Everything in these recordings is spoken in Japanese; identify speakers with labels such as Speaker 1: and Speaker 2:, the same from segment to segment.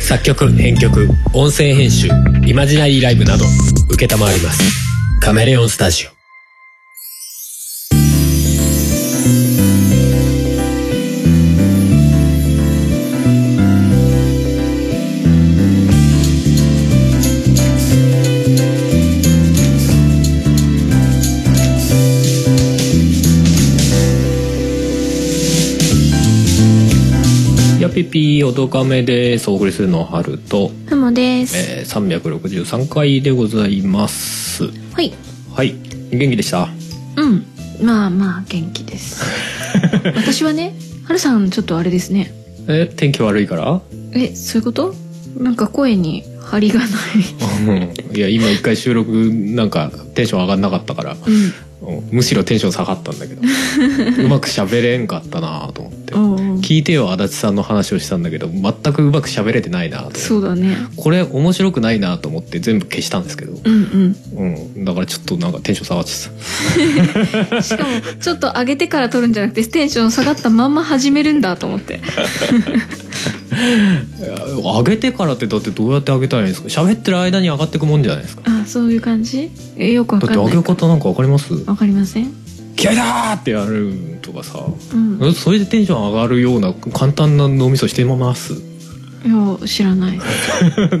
Speaker 1: 作曲編曲音声編集イマジナリーライブなど承りますカメレオンスタジオやっぴぴおとかめですお送りするのは春と、
Speaker 2: ハモです、
Speaker 1: えー、363回でございます
Speaker 2: はい
Speaker 1: はい元気でした
Speaker 2: うんまあまあ元気です 私はねはるさんちょっとあれですね
Speaker 1: え天気悪いから
Speaker 2: えそういうことなんか声に張りがない
Speaker 1: うんいや今一回収録なんかテンション上がんなかったから、うんむしろテンション下がったんだ けどうまく喋れんかったなと思って
Speaker 2: うんうん
Speaker 1: 聞いてよ足立さんの話をしたんだけど全くうまく喋れてないなと思って
Speaker 2: そうだね
Speaker 1: これ面白くないなと思って全部消したんですけど、
Speaker 2: うん
Speaker 1: うん、だからちょっとなんかテンション下がっちゃっ
Speaker 2: うんしかもちょっと上げてから撮るんじゃなくてテンション下がったまんま始めるんだと思って
Speaker 1: たいや上げてからってだってどうやって上げたらいいんですか喋ってる間に上がってくもんじゃないですか
Speaker 2: あそういう感じえよくわ
Speaker 1: だっ
Speaker 2: か
Speaker 1: て
Speaker 2: ん
Speaker 1: 上
Speaker 2: な
Speaker 1: げ
Speaker 2: い
Speaker 1: 方なんかわかります
Speaker 2: わかりません
Speaker 1: 気合いだーってやるとかさ
Speaker 2: うん
Speaker 1: それでテンション上がるような簡単な脳みそしてます
Speaker 2: いや知らない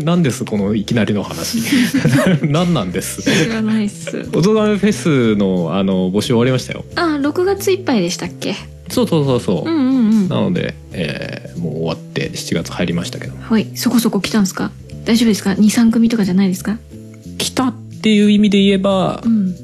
Speaker 1: 何ですこのいきなりの話 何なんです
Speaker 2: 知らないっす
Speaker 1: おとがめフェスのあの募集終わりましたよ
Speaker 2: あ6月いっぱいでしたっけ
Speaker 1: そうそうそうそう、
Speaker 2: うんうんうん
Speaker 1: なので、えーもう終わって7月入りましたけど
Speaker 2: はいそこそこ来たんすか大丈夫ですか23組とかじゃないですか
Speaker 1: 来たっていう意味で言えば
Speaker 2: うん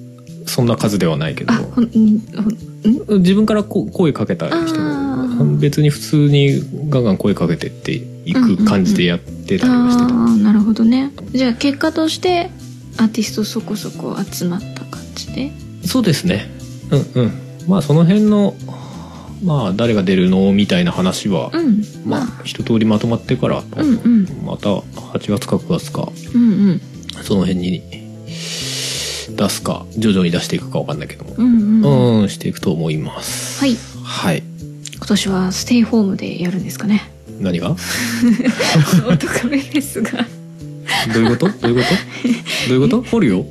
Speaker 1: そんな数ではないけど
Speaker 2: あほんんほんん
Speaker 1: 自分からこ声かけた人
Speaker 2: あ
Speaker 1: も
Speaker 2: ー
Speaker 1: 別に普通にガンガン声かけてっていく感じでやってたりはしてた、
Speaker 2: ああなるほどねじゃあ結果としてアーティストそこそこ集まった感じで
Speaker 1: そうですねうんうんまあその辺のまあ誰が出るのみたいな話は、
Speaker 2: うん
Speaker 1: ま
Speaker 2: ま
Speaker 1: あ
Speaker 2: あ
Speaker 1: 一通りまとまってから、
Speaker 2: うんうん
Speaker 1: また8月か9月か
Speaker 2: うんうん
Speaker 1: その辺に出すか徐々に出していくかわかんないけども
Speaker 2: うんうんは
Speaker 1: うん、していくと思います
Speaker 2: い
Speaker 1: はい
Speaker 2: 今年はステイホームでやるんですかね
Speaker 1: 何が
Speaker 2: オトカメフェスが
Speaker 1: どういうことどういうことどういうこと掘る よ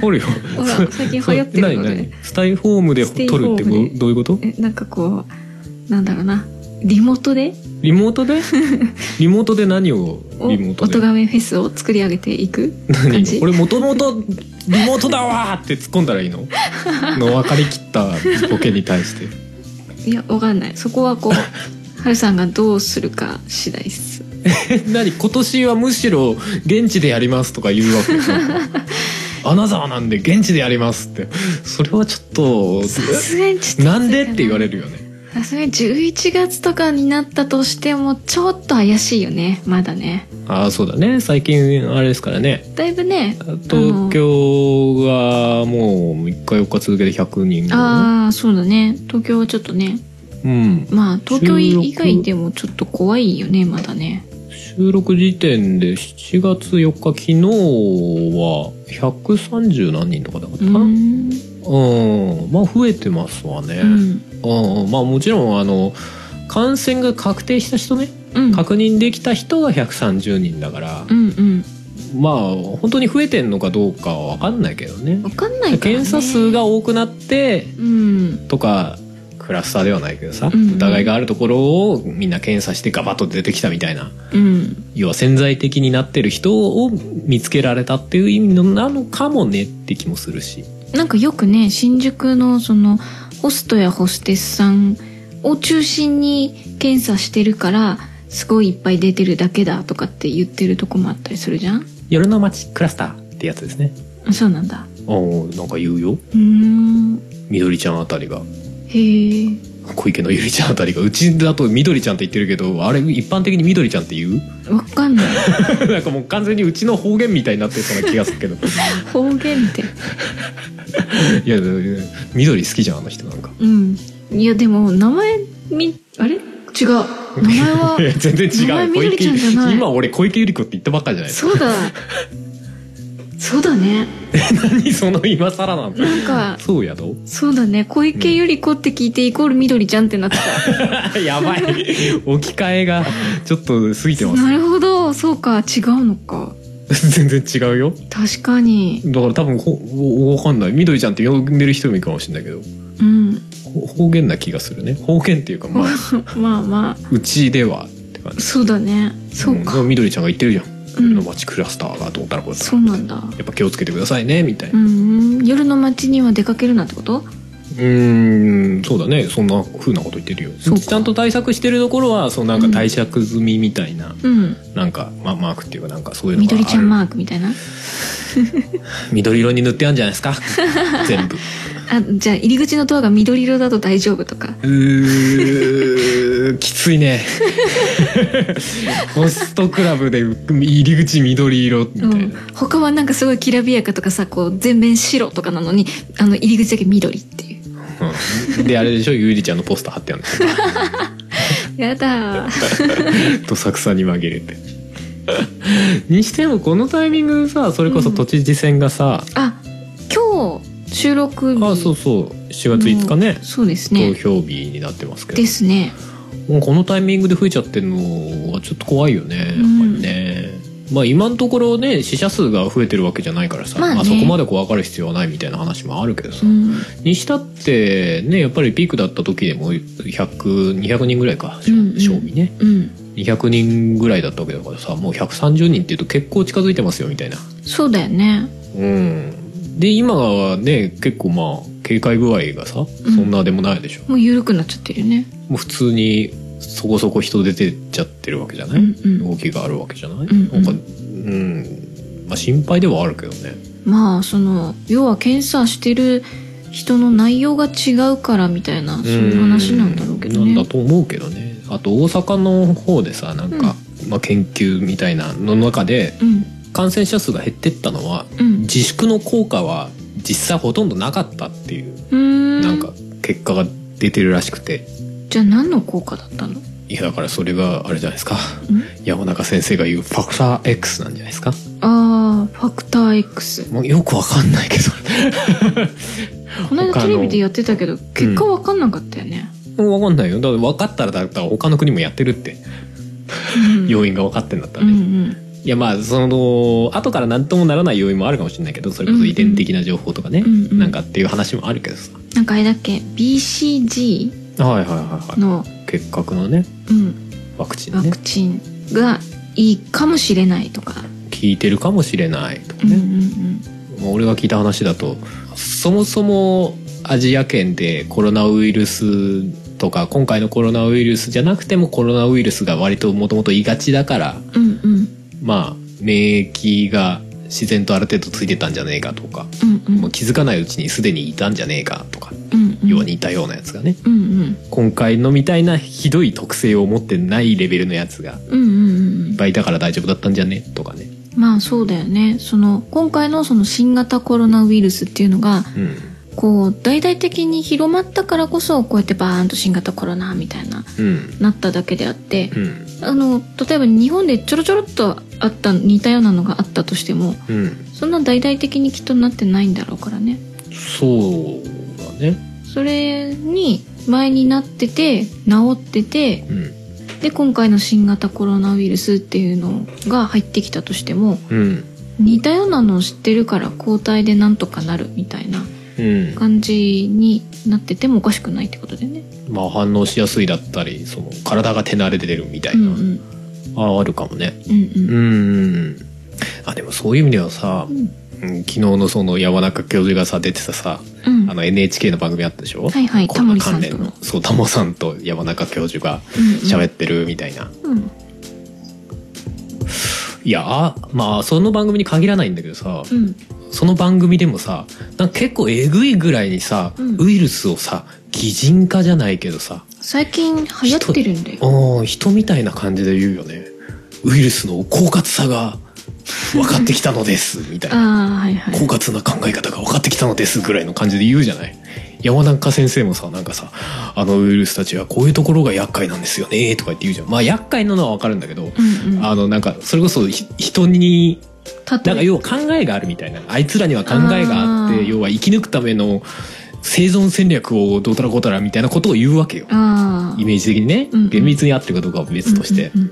Speaker 1: 掘るよ
Speaker 2: ほら最近流行ってるの
Speaker 1: そう
Speaker 2: で
Speaker 1: 何何スタイホームで
Speaker 2: ステイ
Speaker 1: 撮るって
Speaker 2: ホーム
Speaker 1: ど
Speaker 2: で
Speaker 1: どういうこと
Speaker 2: えなんかこうなんだろうなリモートで
Speaker 1: リモートで リモートで何を
Speaker 2: お
Speaker 1: リモート
Speaker 2: 音
Speaker 1: で
Speaker 2: がめフェスを作り上げていく感じ
Speaker 1: 何俺もともとリモートだわーって突っ込んだらいい のの分かりきったボケに対して
Speaker 2: いやわかんないそこは こうはるさんがどうするか次第っす
Speaker 1: え何今年はむしろ現地でやりますとか言うわけ アナザーなんで現地でやりますってそれはちょっと
Speaker 2: さすがにちょっと
Speaker 1: なんでって言われるよね
Speaker 2: さすがに11月とかになったとしてもちょっと怪しいよねまだね
Speaker 1: ああそうだね最近あれですからね
Speaker 2: だいぶね
Speaker 1: 東京がもう3日4日続けて100人ぐら
Speaker 2: ああそうだね東京はちょっとね
Speaker 1: いうん
Speaker 2: まあ東京
Speaker 1: 収録
Speaker 2: 以外でもちょっと怖いよねまだね
Speaker 1: 収録時点で7月4日昨日は130何人とかだった
Speaker 2: う
Speaker 1: かなうん
Speaker 2: ん
Speaker 1: まあ増えてますわね、
Speaker 2: うん
Speaker 1: うん、まあもちろんあの感染が確定した人ね
Speaker 2: うん
Speaker 1: 確認できた人が130人だから
Speaker 2: う、んうん
Speaker 1: まあ本当に増えてんのかどうかは分かんないけどね
Speaker 2: わかんないから、ね、
Speaker 1: 検査数が多くなって
Speaker 2: うん
Speaker 1: とかクラスターではないけどさ、
Speaker 2: うんうん
Speaker 1: 疑いがあるところをみんな検査してガバッと出てきたみたいな
Speaker 2: うん
Speaker 1: 要は潜在的になってる人を見つけられたっていう意味のなのかもねって気もするし
Speaker 2: なんかよくね新宿のそのホストやホステスさんを中心に検査してるからすごいいっぱい出てるだけだとかって言ってるとこもあったりするじゃん
Speaker 1: 夜の街クラスターってやつですね
Speaker 2: そうなんだ
Speaker 1: おーなんか言うよ
Speaker 2: うーん
Speaker 1: みどりちゃんあたりが
Speaker 2: へえ
Speaker 1: 小池のゆりちゃんあたりがうちだとみどりちゃんって言ってるけどあれ一般的にみどりちゃんって言う
Speaker 2: わかんない
Speaker 1: なんかもう完全にうちの方言みたいになってそうな気がするけ ど
Speaker 2: 方言って
Speaker 1: いやみどり好きじゃんあの人なんか
Speaker 2: うんいやでも名前みあれ違う名前
Speaker 1: いや
Speaker 2: は
Speaker 1: 全然違う
Speaker 2: 名前みどりちゃんじゃない
Speaker 1: 今俺小池百合子って言ったばっかじゃないですか
Speaker 2: そうだそうだね
Speaker 1: 何その今更なん だ
Speaker 2: なんか
Speaker 1: そうや ど
Speaker 2: そうだね小池百合子って聞いてイコール緑ちゃんってなって
Speaker 1: やばい 置き換えがちょっと過ぎて
Speaker 2: た
Speaker 1: ま
Speaker 2: なるほどそうか違うのか
Speaker 1: す全然違うよ
Speaker 2: 確かに
Speaker 1: だから多分ほほわかんない緑ちゃんって呼んでる人もいるかもしれないけど
Speaker 2: うん
Speaker 1: ほ方言な気がするね方言っていうか まあ
Speaker 2: まあま
Speaker 1: うちではって感
Speaker 2: あ
Speaker 1: じ
Speaker 2: そうだねそうか、
Speaker 1: ん緑ちゃんが言ってるじゃん
Speaker 2: う
Speaker 1: 夜の
Speaker 2: ん、
Speaker 1: 街クラスターがどうたらこうたら
Speaker 2: そうなんだ
Speaker 1: やっぱ気をつけてくださいねみたいな
Speaker 2: うん夜の街には出かけるなってこと
Speaker 1: うーんそうだねそんな風なこと言ってるよ
Speaker 2: そうか
Speaker 1: ちゃんと対策してるところはそうなんか対策済みみたいな、
Speaker 2: うん
Speaker 1: なんか、ま、マークっていうかなんかそういうのがある
Speaker 2: 緑ちゃんマークみたいな
Speaker 1: 緑色に塗ってあるんじゃない ですか全部
Speaker 2: あじゃあ入り口のドアが緑色だと大丈夫とか
Speaker 1: うーきつい ねホストクラブで入り口緑色みたいな、
Speaker 2: うん、他はなんかすごいきらびやかとかさこう全面白とかなのにあの入り口だけ緑っていう
Speaker 1: うんであれでしょゆりちゃんのポスター貼ってあるんですよ
Speaker 2: やだー
Speaker 1: どさくさに紛れ てにしてもこのタイミングでさそれこそ都知事選がさ、
Speaker 2: あ今日収録日
Speaker 1: あそうそう4月5日ね
Speaker 2: そうです
Speaker 1: 投
Speaker 2: ね
Speaker 1: 票日になってますけど
Speaker 2: ですね
Speaker 1: もうこのタイミングで増えちゃってるのはちょっと怖いよねやっぱりね、まあ今のところね死者数が増えてるわけじゃないからさ、
Speaker 2: まあね
Speaker 1: あそこまで怖がる必要はないみたいな話もあるけどさ、
Speaker 2: うん
Speaker 1: にしたってねやっぱりピークだった時でも100200人ぐらいか
Speaker 2: うんうん
Speaker 1: 賞味ね
Speaker 2: うん
Speaker 1: 200人ぐらいだったわけだからさもう130人っていうと結構近づいてますよみたいな
Speaker 2: そうだよね
Speaker 1: うんで今はね結構まあ警戒具合がさそ
Speaker 2: ん
Speaker 1: んなでもないでしょ、
Speaker 2: もう緩くなっちゃってるよね
Speaker 1: もう普通にそこそこ人出てっちゃってるわけじゃない、
Speaker 2: うんうん
Speaker 1: 動きがあるわけじゃない、
Speaker 2: んうん
Speaker 1: なんかうんまあ心配ではあるけどね
Speaker 2: まあその要は検査してる人の内容が違うからみたいなそういう話なんだろうけどね
Speaker 1: なんだと思うけどねあと大阪の方でさなんか、まあ、研究みたいなの中で
Speaker 2: うん
Speaker 1: 感染者数が減ってったのは
Speaker 2: うん
Speaker 1: 自粛の効果は実際ほとんどなかったっていう
Speaker 2: うーん
Speaker 1: なんか結果が出てるらしくて
Speaker 2: じゃあ何の効果だったのん
Speaker 1: いやだからそれがあれじゃないですか山中先生が言うファクター X なんじゃないですか
Speaker 2: あーファクター X
Speaker 1: もうよくわかんないけ
Speaker 2: この間
Speaker 1: 他の
Speaker 2: テレビでやってたけど結果分かんなかったよね、
Speaker 1: どわかんないよだって分かったらだったら他の国もやってるって
Speaker 2: うん
Speaker 1: 要因が分かってんだった
Speaker 2: う
Speaker 1: ら
Speaker 2: ん
Speaker 1: ね、
Speaker 2: う
Speaker 1: い
Speaker 2: ん
Speaker 1: やまあその後から何ともならない要因もあるかもしれないけどそれこそ遺伝的な情報とかね、
Speaker 2: うんうん
Speaker 1: なんかっていう話もあるけどさ、
Speaker 2: なんかあれだっけ BCG
Speaker 1: はいはいはいは
Speaker 2: の、
Speaker 1: い結核のね
Speaker 2: うん、
Speaker 1: ワクチン
Speaker 2: ワ
Speaker 1: ね
Speaker 2: クチンがいいかもしれないとか、
Speaker 1: 効いてるかもしれないとか
Speaker 2: うんう
Speaker 1: ね、
Speaker 2: ん
Speaker 1: まあ俺が聞いた話だとそもそもアジア圏でコロナウイルスとか今回のコロナウイルスじゃなくてもコロナウイルスが割ともともといがちだから
Speaker 2: うんうんうん
Speaker 1: まあ免疫が自然とある程度ついてたんじゃねえかとか、
Speaker 2: うんうん
Speaker 1: もう気づかないうちにすでにいたんじゃねえかとか、
Speaker 2: うんうん
Speaker 1: ように似たようなやつがね
Speaker 2: うんうん
Speaker 1: 今回のみたいなひどい特性を持ってないレベルのやつが
Speaker 2: うんうんうん
Speaker 1: いっぱいだから大丈夫だったんじゃねとかね
Speaker 2: まあそうだよねその今回のその新型コロナウイルスっていうのが
Speaker 1: うん
Speaker 2: こう大々的に広まったからこそこうやってバーンと新型コロナみたいな
Speaker 1: うん
Speaker 2: なっただけであって
Speaker 1: うん
Speaker 2: あの例えば日本でちょろちょろっとあった似たようなのがあったとしても
Speaker 1: うん
Speaker 2: そんな大々的にきっとなってないんだろうからね
Speaker 1: そうだね
Speaker 2: それに前になってて治ってて
Speaker 1: うん
Speaker 2: で今回の新型コロナウイルスっていうのが入ってきたとしても
Speaker 1: うん
Speaker 2: 似たようなのを知ってるから抗体でなんとかなるみたいな
Speaker 1: うん
Speaker 2: 感じになっててもおかしくないってことだよね。
Speaker 1: まあ反応しやすいだったりその体が手慣れてるみた
Speaker 2: う
Speaker 1: い
Speaker 2: んう
Speaker 1: な、
Speaker 2: ん
Speaker 1: ああるかもね
Speaker 2: うんうん
Speaker 1: うんあでもそういう意味ではさ、
Speaker 2: うん
Speaker 1: うん昨日のその山中教授がさ出てたさ
Speaker 2: うん
Speaker 1: あの NHK の番組あったでしょ
Speaker 2: はいはい
Speaker 1: コロナ
Speaker 2: タモリさんと
Speaker 1: 関連のそうタモさんと山中教授が喋ってるみたいな、
Speaker 2: うん
Speaker 1: いやあまあその番組に限らないんだけどさ、
Speaker 2: うん
Speaker 1: その番組でもさなんか結構えぐいぐらいにさ、
Speaker 2: うん
Speaker 1: ウイルスをさ擬人化じゃないけどさ
Speaker 2: 最近流行ってるんだよ。
Speaker 1: うん人みたいな感じで言うよねウイルスの狡猾さが分かってきたのですみたいな
Speaker 2: ああはいはい。
Speaker 1: 狡猾な考え方が分かってきたのですぐらいの感じで言うじゃない山中先生もさなんかさあのウイルスたちはこういうところが厄介なんですよねとか言って言うじゃんまあ厄介なのは分かるんだけど、
Speaker 2: うんうん
Speaker 1: あのなんかそれこそひ人になんか
Speaker 2: 例え
Speaker 1: 要は考えがあるみたいなあいつらには考えがあっ
Speaker 2: あ
Speaker 1: て
Speaker 2: ー
Speaker 1: 要は生き抜くための生存戦略をどうたらこうたらみたいなことを言うわけよ
Speaker 2: あ
Speaker 1: イメージ的にね、
Speaker 2: うんうん
Speaker 1: 厳密に合ってるかどうかは別
Speaker 2: ー
Speaker 1: として
Speaker 2: うんうん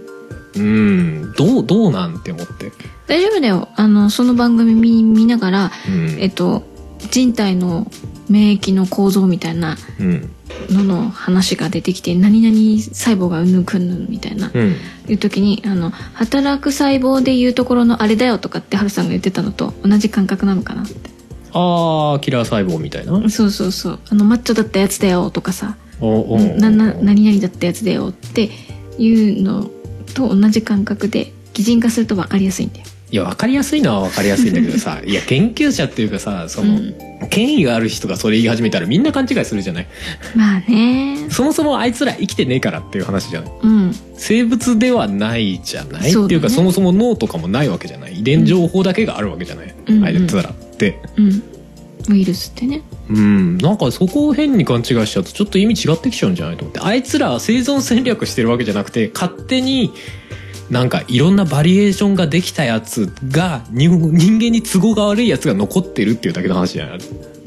Speaker 2: うん
Speaker 1: うんどうどうなんて思って、
Speaker 2: 大丈夫だよあのその番組見見ながら
Speaker 1: うん
Speaker 2: えっと人体の免疫の構造みたいな
Speaker 1: うん
Speaker 2: のの話が出てきて何々細胞がうんぬんくんぬんみたいな
Speaker 1: うん、
Speaker 2: いう時にあの働く細胞でいうところのあれだよとかってハルさんが言ってたのと同じ感覚なのかなって
Speaker 1: ああキラー細胞みたいな、
Speaker 2: そうそうそうあのマッチョだったやつだよとかさ
Speaker 1: おお
Speaker 2: なな何々だったやつだよっていうのと同じ感覚で擬人化すると分かりやすいんだよ
Speaker 1: いや分かりやすいのは分かりやすいんだけど さいや研究者っていうかさその、権威がある人がそれ言い始めたらみんな勘違いするじゃない
Speaker 2: まあね
Speaker 1: そもそもあいつら生きてねえからっていう話じゃない
Speaker 2: うん
Speaker 1: 生物ではないじゃない、
Speaker 2: そうだね
Speaker 1: っていうかそもそも脳とかもないわけじゃない遺伝情報だけがあるわけじゃない、
Speaker 2: うん
Speaker 1: あいつらって
Speaker 2: うんウイルスってね
Speaker 1: うんなんかそこを変に勘違いしちゃうとちょっと意味違ってきちゃうんじゃないと思ってあいつらは生存戦略してるわけじゃなくて勝手になんかいろんなバリエーションができたやつが人人間に都合が悪いやつが残ってるっていうだけの話じゃない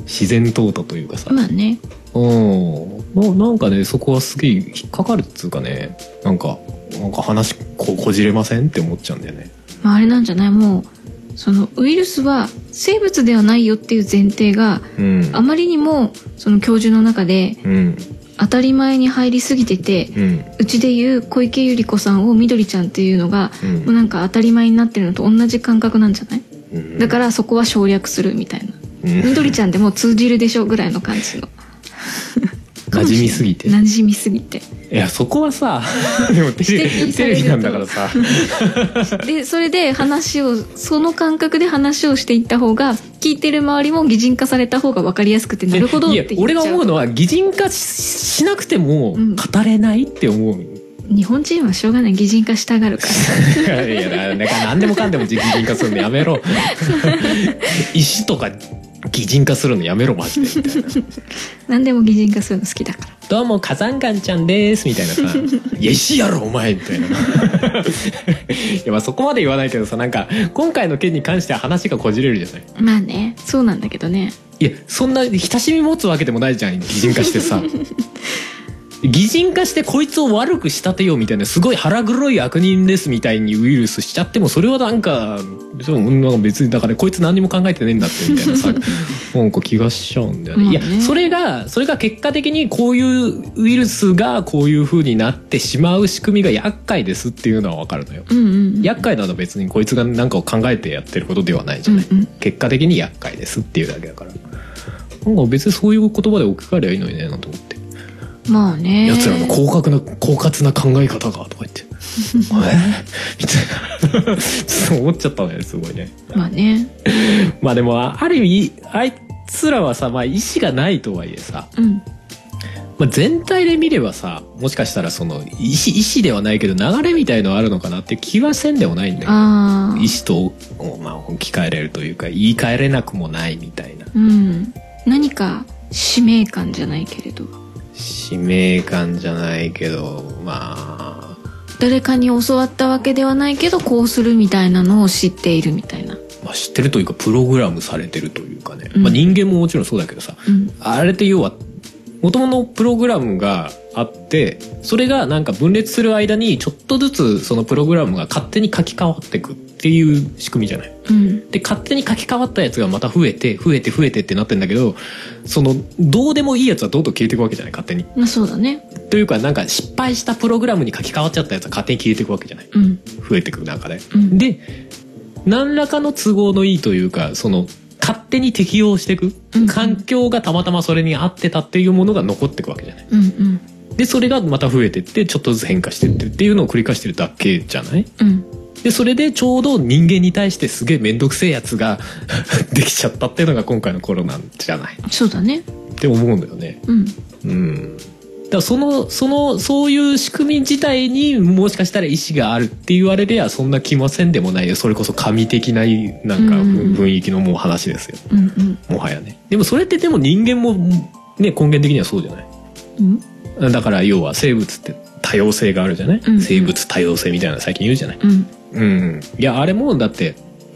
Speaker 1: 自然淘汰というかさ、
Speaker 2: まあね
Speaker 1: うん、ななんかねそこはすげえ引っかかるっつうかねなんかなんか話ここじれませんって思っちゃうんだよね
Speaker 2: まあ、あれなんじゃないもうそのウイルスは生物ではないよっていう前提が
Speaker 1: うん
Speaker 2: あまりにもその教授の中で
Speaker 1: うん
Speaker 2: 当たり前に入りすぎてて
Speaker 1: うん
Speaker 2: うちでいう小池百合子さんをみどりちゃんっていうのが、
Speaker 1: うん
Speaker 2: もうなんか当たり前になってるのと同じ感覚なんじゃない
Speaker 1: うん
Speaker 2: だからそこは省略するみたいな
Speaker 1: うん
Speaker 2: みどりちゃんでもう通じるでしょぐらいの感じの
Speaker 1: 馴染みすぎて
Speaker 2: 馴染みすぎて
Speaker 1: いやそこはさ でもテレ
Speaker 2: 指摘
Speaker 1: ビ
Speaker 2: さ
Speaker 1: テ
Speaker 2: れ
Speaker 1: レ
Speaker 2: ると
Speaker 1: ビなんだからさ
Speaker 2: でそれで話をその感覚で話をしていった方が聞いてる周りも擬人化された方が分かりやすくてなるほどっ
Speaker 1: いや
Speaker 2: て言っ
Speaker 1: 俺
Speaker 2: ち
Speaker 1: が
Speaker 2: ゃ
Speaker 1: 思う
Speaker 2: う
Speaker 1: のは擬人化ししなくても語
Speaker 2: うん
Speaker 1: れないって思 う、
Speaker 2: 日本人はしょうがない擬人化したがるか
Speaker 1: いやいやなんか何でもかんでも擬人化するのやめ ろ石とか擬人化するのやめろマジでみたいな
Speaker 2: ら何でも擬人化するの好きだから
Speaker 1: どうも火山岩ちゃんですみたい なさ「いや石やろお前」みたいな いやまあそこまで言わないけどさなんか今回の件に関しては話がこじれるじゃない
Speaker 2: まあねそうなんだけどね
Speaker 1: いやそんな親しみ持つわけでもないじゃん擬人化して さ擬人化してこいつを悪く仕立てようみたいなすごい腹黒い悪人ですみたいにウイルスしちゃってもそれはなんかでもなんか別にだからこいつ何にも考えてねえんだってみたいなさ なんか気がしちゃうんだよね。
Speaker 2: まあ
Speaker 1: い
Speaker 2: ね
Speaker 1: やそれがそれが結果的にこういうウイルスがこういう風になってしまう仕組みが厄介ですっていうのはわかるのよ。
Speaker 2: うんうんうん
Speaker 1: 厄介なのは別にこいつが何かを考えてやってることではないじゃない、
Speaker 2: うんうん
Speaker 1: 結果的に厄介ですっていうだけだからなんか別にそういう言葉で置き換えりゃいいのにねなんて思って
Speaker 2: ま
Speaker 1: 「
Speaker 2: あね
Speaker 1: 奴らの狡猾な狡猾な考え方が」とか言っ て「えみたいなちょっと思っちゃったねすごいね
Speaker 2: まあね
Speaker 1: まあでもある意味あいつらはさ、まあ、意志がないとはいえさ、
Speaker 2: うん
Speaker 1: まあ、全体で見ればさもしかしたらその意志意志ではないけど流れみたいのはあるのかなって気はせんでもないんだけど
Speaker 2: あ
Speaker 1: 意
Speaker 2: あ
Speaker 1: 思と、まあ、置き換えれるというか言い換えれなくもないみたいな
Speaker 2: うん何か使命感じゃないけれど
Speaker 1: 使命感じゃないけどまあ、
Speaker 2: 誰かに教わったわけではないけどこうするみたいなのを知っているみたいな
Speaker 1: まあ、知ってるというかプログラムされてるというかね、
Speaker 2: うん
Speaker 1: まあ、人間ももちろんそうだけどさ
Speaker 2: うん
Speaker 1: あれって要は元々のプログラムがあってそれがなんか分裂する間にちょっとずつそのプログラムが勝手に書き換わっていくっていう仕組みじゃない
Speaker 2: うん
Speaker 1: で勝手に書き換わったやつがまた増えて増えて増えてってなってんだけどそのどうでもいいやつはどんどん消えていくわけじゃない勝手に
Speaker 2: まあそうだね
Speaker 1: というかなんか失敗したプログラムに書き換わっちゃったやつは勝手に消えていくわけじゃない
Speaker 2: うん
Speaker 1: 増えていく中で、
Speaker 2: うん
Speaker 1: で何らかの都合のいいというかその勝手に適応していく
Speaker 2: うん
Speaker 1: 環境がたまたまそれに合ってたっていうものが残っていくわけじゃない
Speaker 2: うんうん
Speaker 1: でそれがまた増えてってちょっとずつ変化してってっていうのを繰り返してるだけじゃない
Speaker 2: うん
Speaker 1: でそれでちょうど人間に対してすげえ面倒くせえやつが できちゃったっていうのが今回のコロナじゃない
Speaker 2: そうだね
Speaker 1: って思うんだよね
Speaker 2: うん
Speaker 1: うん、だからそのそのそういう仕組み自体にもしかしたら意思があるって言われりゃそんな気ませんでもないよそれこそ神的ななんか
Speaker 2: うんうん
Speaker 1: 雰囲気のもう話ですよ
Speaker 2: うんうん
Speaker 1: もはやねでもそれってでも人間もね根源的にはそうじゃない
Speaker 2: うん
Speaker 1: だから要は生物って多様性があるじゃない、
Speaker 2: うんうん
Speaker 1: 生物多様性みたいなの最近言うじゃない
Speaker 2: うん
Speaker 1: うん、いやあれもだって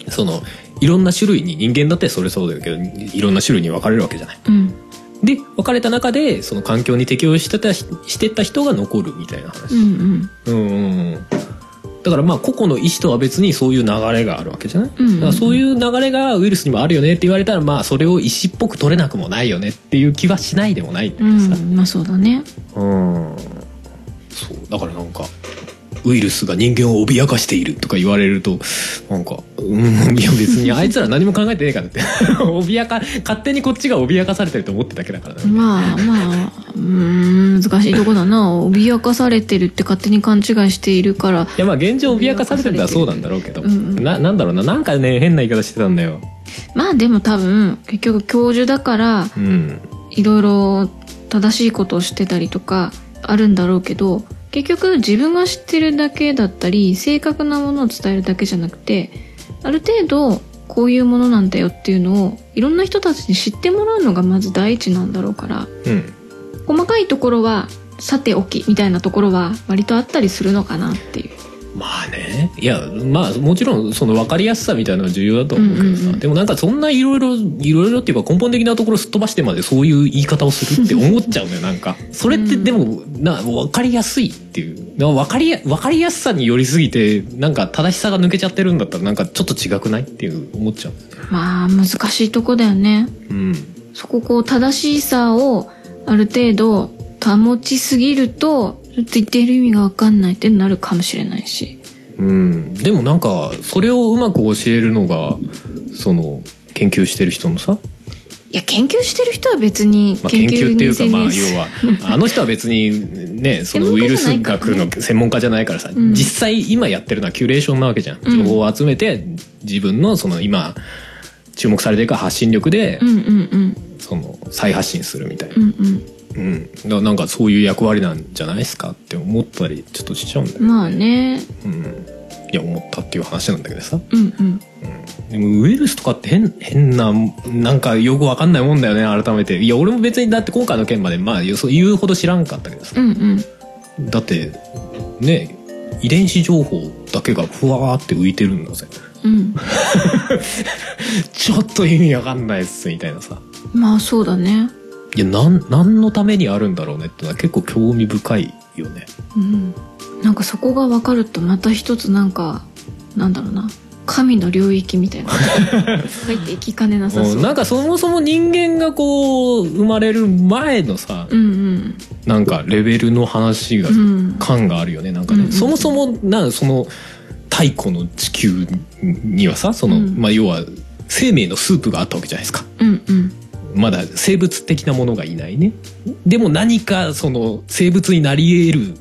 Speaker 1: そのいろんな種類に人間だってそれそうだけどいろんな種類に分かれるわけじゃない。
Speaker 2: うん
Speaker 1: で分かれた中でその環境に適応してたしてた人が残るみたいな話
Speaker 2: う。ん
Speaker 1: うんうんうんだからまあ個々の意思とは別にそういう流れがあるわけじゃない、
Speaker 2: うんうんうん
Speaker 1: だからそういう流れがウイルスにもあるよねって言われたらまあそれを意思っぽく取れなくもないよねっていう気はしないでもないんだけ
Speaker 2: う
Speaker 1: ど
Speaker 2: ん
Speaker 1: さ、
Speaker 2: うんまあそうだね
Speaker 1: うんそうだからなんかウイルスが人間を脅かしているとか言われるとなんかうんいや別にあいつら何も考えてねえからって 脅か勝手にこっちが脅かされてると思ってただけだからな
Speaker 2: まあまあうーん難しいとこだな脅かされてるって勝手に勘違いしているから
Speaker 1: いやまあ現状脅かされてるのはそうなんだろうけど、
Speaker 2: うんうん
Speaker 1: ななんだろうななんかね変な言い方してたんだよ
Speaker 2: まあでも多分結局教授だから
Speaker 1: うん
Speaker 2: いろいろ正しいことをしてたりとかあるんだろうけど結局自分が知ってるだけだったり正確なものを伝えるだけじゃなくてある程度こういうものなんだよっていうのをいろんな人たちに知ってもらうのがまず第一なんだろうから
Speaker 1: うん
Speaker 2: 細かいところはさておきみたいなところは割とあったりするのかなっていう。
Speaker 1: まあねいやまあもちろんその分かりやすさみたいなのは重要だと思うけどさ、
Speaker 2: うんうんうん
Speaker 1: でもなんかそんないろいろいろいろっていうか根本的なところすっ飛ばしてまでそういう言い方をするって思っちゃうのよなんかそれってでもな分かりやすいっていうな分かりや分かりやすさによりすぎてなんか正しさが抜けちゃってるんだったらなんかちょっと違くないっていう思っちゃう、
Speaker 2: まあ難しいとこだよね。
Speaker 1: うん、
Speaker 2: そここう正しさをある程度保ちすぎるとちょっと言っている意味が分かんないってなるかもしれないし
Speaker 1: うん、でもなんかそれをうまく教えるのがその研究してる人のさ、
Speaker 2: いや研究してる人は別に
Speaker 1: まあ、研究っていうかまあ
Speaker 2: に専念す
Speaker 1: 要はあの人は別に ねそのウイルス学の専門家じゃないからさ、
Speaker 2: ん
Speaker 1: 実際今やってるのはキュレーションなわけじゃん
Speaker 2: うん
Speaker 1: 情報を集めて自分のその今注目されてるから発信力で
Speaker 2: うんうんうん
Speaker 1: その再発信するみたいな
Speaker 2: う、ん
Speaker 1: うん、だからなんかそういう役割なんじゃないですかって思ったりちょっとしちゃうんだよ
Speaker 2: うん
Speaker 1: ね、
Speaker 2: まあね
Speaker 1: うん、いや思ったっていう話なんだけどさ
Speaker 2: うんうん
Speaker 1: でもウイルスとかって変変ななんかよくわかんないもんだよね改めていや俺も別にだって今回の件までまあよそう言うほど知らんかったけどさ
Speaker 2: うんうん
Speaker 1: だってね遺伝子情報だけがふわーって浮いてるんだぜ
Speaker 2: うん
Speaker 1: ちょっと意味わかんないっすみたいなさ
Speaker 2: まあそうだね
Speaker 1: いやなん何のためにあるんだろうねってのは結構興味深いよね
Speaker 2: うんなんかそこが分かるとまた一つなんかなんだろうな神の領域みたいな入っていきかねな さそううん
Speaker 1: なんかそもそも人間がこう生まれる前のさ
Speaker 2: うん
Speaker 1: なんかレベルの話が
Speaker 2: うんうん
Speaker 1: 感があるよねなんかね、
Speaker 2: うんうん
Speaker 1: そもそもなその太古の地球にはさその、
Speaker 2: うん
Speaker 1: まあ、要は生命のスープがあったわけじゃないですか
Speaker 2: うんうん
Speaker 1: まだ生物的なものがいないねでも何かその生物になり得る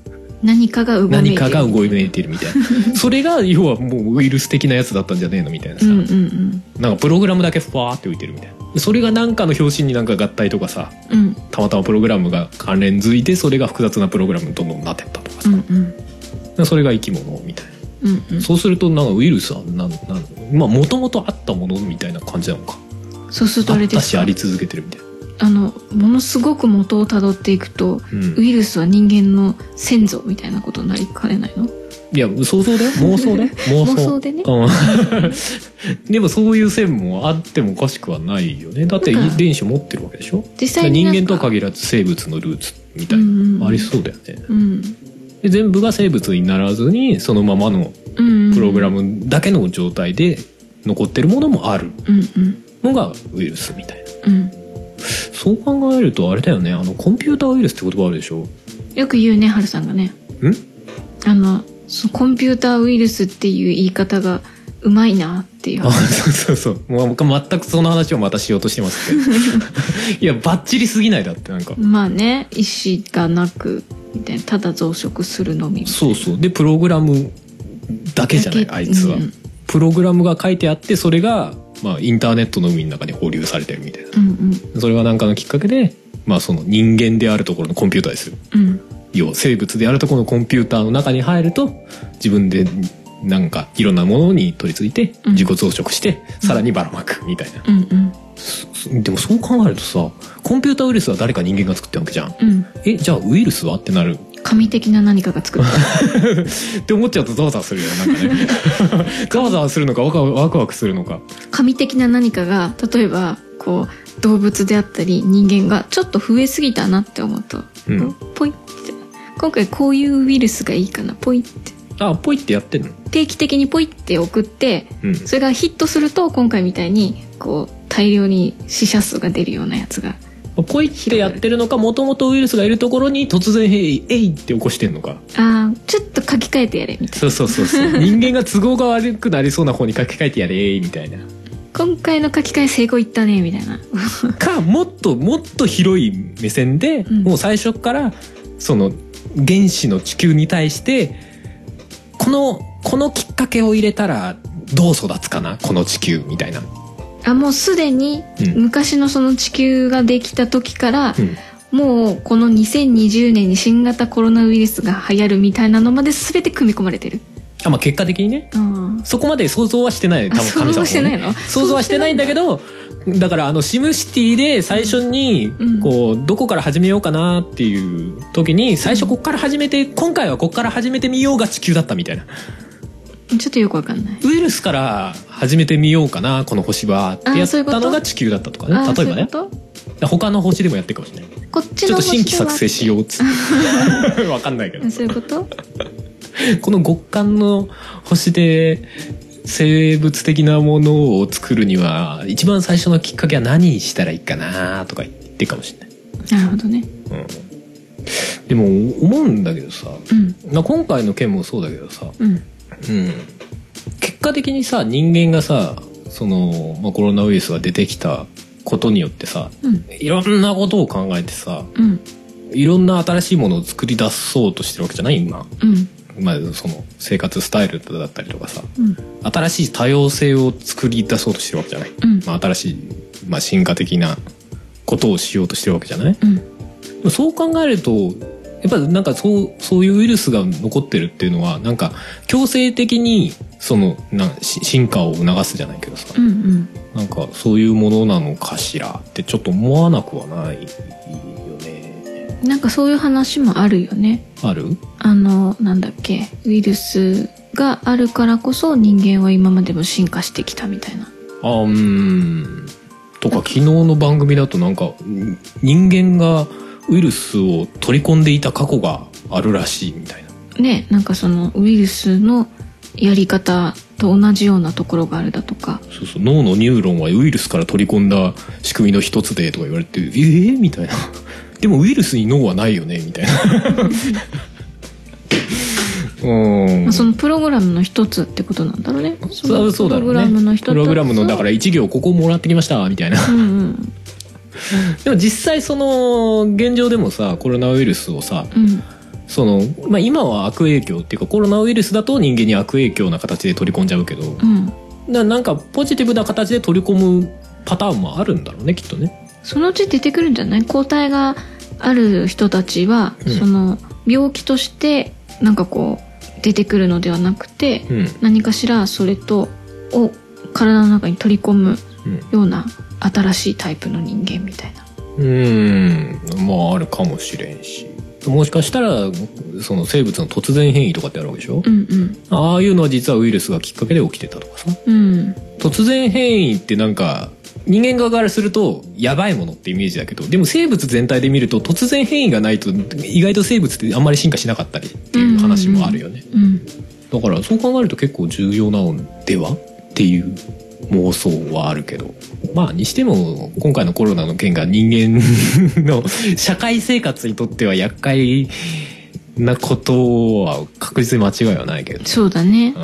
Speaker 2: 何かがうごめいて
Speaker 1: 何
Speaker 2: る
Speaker 1: かが動いているみたいな それが要はもうウイルス的なやつだったんじゃねえのみたいなさ、
Speaker 2: うんうんうん
Speaker 1: なんかプログラムだけふわーって浮いてるみたいなそれが何かの表紙になんか合体とかさ
Speaker 2: うん
Speaker 1: たまたまプログラムが関連づいてそれが複雑なプログラムにどんどんなってったとか
Speaker 2: う
Speaker 1: さ、
Speaker 2: んうん
Speaker 1: それが生き物みたいな
Speaker 2: うんうん
Speaker 1: そうするとなんかウイルスはなんなんまあもともとあったものみたいな感じなのか
Speaker 2: そうするとあ
Speaker 1: あ
Speaker 2: れ
Speaker 1: っ
Speaker 2: で
Speaker 1: た
Speaker 2: す
Speaker 1: し
Speaker 2: か
Speaker 1: あり続けてるみたいな、
Speaker 2: あのものすごく元をたどっていくと
Speaker 1: うん
Speaker 2: ウ、イルスは人間の先祖みたいなことになりかねないの
Speaker 1: いや想像だ よ妄想だよ妄想
Speaker 2: 妄想でね
Speaker 1: うん、 でもそういう線もあってもおかしくはないよねだって
Speaker 2: なん
Speaker 1: 遺
Speaker 2: か
Speaker 1: 伝子持ってるわけでしょ
Speaker 2: 実
Speaker 1: だか
Speaker 2: 際
Speaker 1: ら
Speaker 2: に
Speaker 1: 人
Speaker 2: なんか
Speaker 1: 間とは限らず生物のルーツみたい
Speaker 2: うんうんう
Speaker 1: なんありそうだよね
Speaker 2: うん
Speaker 1: で全部が生物にならずにそのままの
Speaker 2: うん
Speaker 1: プログラムだけの状態で残ってるものもある
Speaker 2: うんうん
Speaker 1: のがウイルスみたいな
Speaker 2: うん
Speaker 1: そう考えるとあれだよねあのコンピューターウイルスって言葉あるでしょん
Speaker 2: よく言うねハルさんがねあのそコンピューターウイルスっていう言い方がうまいなっていう
Speaker 1: あそうそうそうもう僕は全くその話をまたしようとしてます けどいやバッチリすぎないだってなんか
Speaker 2: まあね意思がなくみたいなただ増殖するのみ
Speaker 1: そうそうでプログラムだけじゃない
Speaker 2: だけ
Speaker 1: あいつは、
Speaker 2: うん
Speaker 1: プログラムが書いてあってそれが、まあ、インターネットの海の中に放流されてるみたいな
Speaker 2: うん
Speaker 1: それは何かのきっかけで、まあ、その人間であるところのコンピューターですよ
Speaker 2: うんうん
Speaker 1: 要は生物であるところのコンピューターの中に入ると自分でなんかいろんなものに取り付いて
Speaker 2: うん
Speaker 1: 自己増殖して、さらにばらまくみたいな、
Speaker 2: うんうん
Speaker 1: そでもそう考えるとさコンピューターウイルスは誰か人間が作ってるわけじゃん
Speaker 2: うん
Speaker 1: えじゃあウイルスはってなる
Speaker 2: 神的な何かが作った
Speaker 1: って思っちゃうとざわざわするよねなんかねざわざわするのかワクワクワクワクするのか
Speaker 2: 神的な何かが例えばこう動物であったり人間がちょっと増えすぎたなって思うと、
Speaker 1: うん
Speaker 2: ポイって今回こういうウイルスがいいかなポイって
Speaker 1: あポイってやってんの
Speaker 2: 定期的にポイって送って
Speaker 1: うん
Speaker 2: それがヒットすると今回みたいにこう大量に死者数が出るようなやつが
Speaker 1: ポイってやってるのかもともとウイルスがいるところに突然「えいえい」って起こしてんのか
Speaker 2: あーちょっと書き換えてやれみたいな
Speaker 1: そうそうそう そう人間が都合が悪くなりそうな方に書き換えてやれ「えい」みたいな
Speaker 2: 今回の書き換え成功いったねみたいな
Speaker 1: かもっともっと広い目線で、
Speaker 2: ん
Speaker 1: もう最初からその原子の地球に対してこのこのきっかけを入れたらどう育つかなこの地球みたいな、
Speaker 2: あもうすでに
Speaker 1: うん
Speaker 2: 昔のその地球ができた時から、
Speaker 1: うん
Speaker 2: もうこの2020年に新型コロナウイルスが流行るみたいなのまで全て組み込まれてる。
Speaker 1: あまあ、結果的にね
Speaker 2: うん。
Speaker 1: そこまで想像はしてないよ多分神
Speaker 2: あ
Speaker 1: 様もね
Speaker 2: 想像してないの
Speaker 1: 想像はしてないんだけどだからあのシムシティで最初に
Speaker 2: うん
Speaker 1: こうどこから始めようかなっていう時に最初こっから始めて今回はこっから始めてみようが地球だったみたいな
Speaker 2: ちょっとよくわかんない。
Speaker 1: ウイルスから始めてみようかなこの星はってや
Speaker 2: あ
Speaker 1: っ
Speaker 2: そうい
Speaker 1: た
Speaker 2: うこと
Speaker 1: のが地球だったとかね
Speaker 2: あー
Speaker 1: 例えばね
Speaker 2: そういうこ
Speaker 1: 他の星でもやってるかもしれない
Speaker 2: とこっ
Speaker 1: ち
Speaker 2: ち
Speaker 1: ょ
Speaker 2: の
Speaker 1: っと新規
Speaker 2: 星は
Speaker 1: 作成しようっつって わかんないけど
Speaker 2: あそういうこと
Speaker 1: この極寒の星で生物的なものを作るには一番最初のきっかけは何にしたらいいかなとか言ってるかもしれない、
Speaker 2: なるほどね。
Speaker 1: でも思うんだけどさ
Speaker 2: うん。
Speaker 1: まあ今回の件もそうだけどさ、
Speaker 2: うん。
Speaker 1: うん、結果的にさ人間がさその、まあ、コロナウイルスが出てきたことによってさ
Speaker 2: うん。
Speaker 1: いろんなことを考えてさ
Speaker 2: うん。
Speaker 1: いろんな新しいものを作り出そうとしてるわけじゃない今、
Speaker 2: うん。
Speaker 1: まあ、その生活スタイルだったりとかさ
Speaker 2: うん。
Speaker 1: 新しい多様性を作り出そうとしてるわけじゃない、
Speaker 2: うん。
Speaker 1: まあ、新しい、まあ、進化的なことをしようとしてるわけじゃない
Speaker 2: うん。
Speaker 1: でもそう考えるとやっぱなんかそうそういうウイルスが残ってるっていうのはなんか強制的にそのなんし進化を促すじゃないけどさ
Speaker 2: うん。うん。
Speaker 1: なんかそういうものなのかしらってちょっと思わなくはないよね
Speaker 2: なんかそういう話もあるよね。
Speaker 1: ある
Speaker 2: あの、なんだっけ。ウイルスがあるからこそ人間は今までも進化してきたみたいな。
Speaker 1: あうーんとか昨日の番組だとなんかん人間がウイルスを取り込んでいた過去があるらしいみたいな
Speaker 2: ね、なんかそのウイルスのやり方と同じようなところがあるだとか
Speaker 1: そうそう脳のニューロンはウイルスから取り込んだ仕組みの一つでとか言われてえー、みたいな でもウイルスに脳はないよねみたいな うーん
Speaker 2: まあ、そのプログラムの一つってことなんだろうね。
Speaker 1: そうそうだ
Speaker 2: プ
Speaker 1: ろ
Speaker 2: ログ
Speaker 1: う
Speaker 2: ラムの
Speaker 1: ね
Speaker 2: 一つ。
Speaker 1: プログラムのだから1行ここもらってきましたみたいな
Speaker 2: ら。うんうん
Speaker 1: でも実際その現状でもさコロナウイルスをさ、
Speaker 2: うん
Speaker 1: その、まあ、今は悪影響っていうかコロナウイルスだと人間に悪影響な形で取り込んじゃうけど
Speaker 2: うん。
Speaker 1: ななんかポジティブな形で取り込むパターンもあるんだろうねきっとね
Speaker 2: そのうち出てくるんじゃない抗体がある人たちは、
Speaker 1: うん
Speaker 2: その病気としてなんかこう出てくるのではなくて、
Speaker 1: うん
Speaker 2: 何かしらそれとを体の中に取り込む
Speaker 1: うん
Speaker 2: ような新しいタイプの人間みたいな。
Speaker 1: うーんまああるかもしれんしもしかしたらその生物の突然変異とかってあるわけでしょ、
Speaker 2: うんうん
Speaker 1: ああいうのは実はウイルスがきっかけで起きてたとかさ
Speaker 2: うん
Speaker 1: 突然変異ってなんか人間側からするとやばいものってイメージだけどでも生物全体で見ると突然変異がないと意外と生物ってあんまり進化しなかったりっていう話もあるよね、
Speaker 2: うん。
Speaker 1: だからそう考えると結構重要なのではっていう妄想はあるけどまあにしても今回のコロナの件が人間 の社会生活にとっては厄介なことは確実に間違いはないけど、
Speaker 2: そうだね。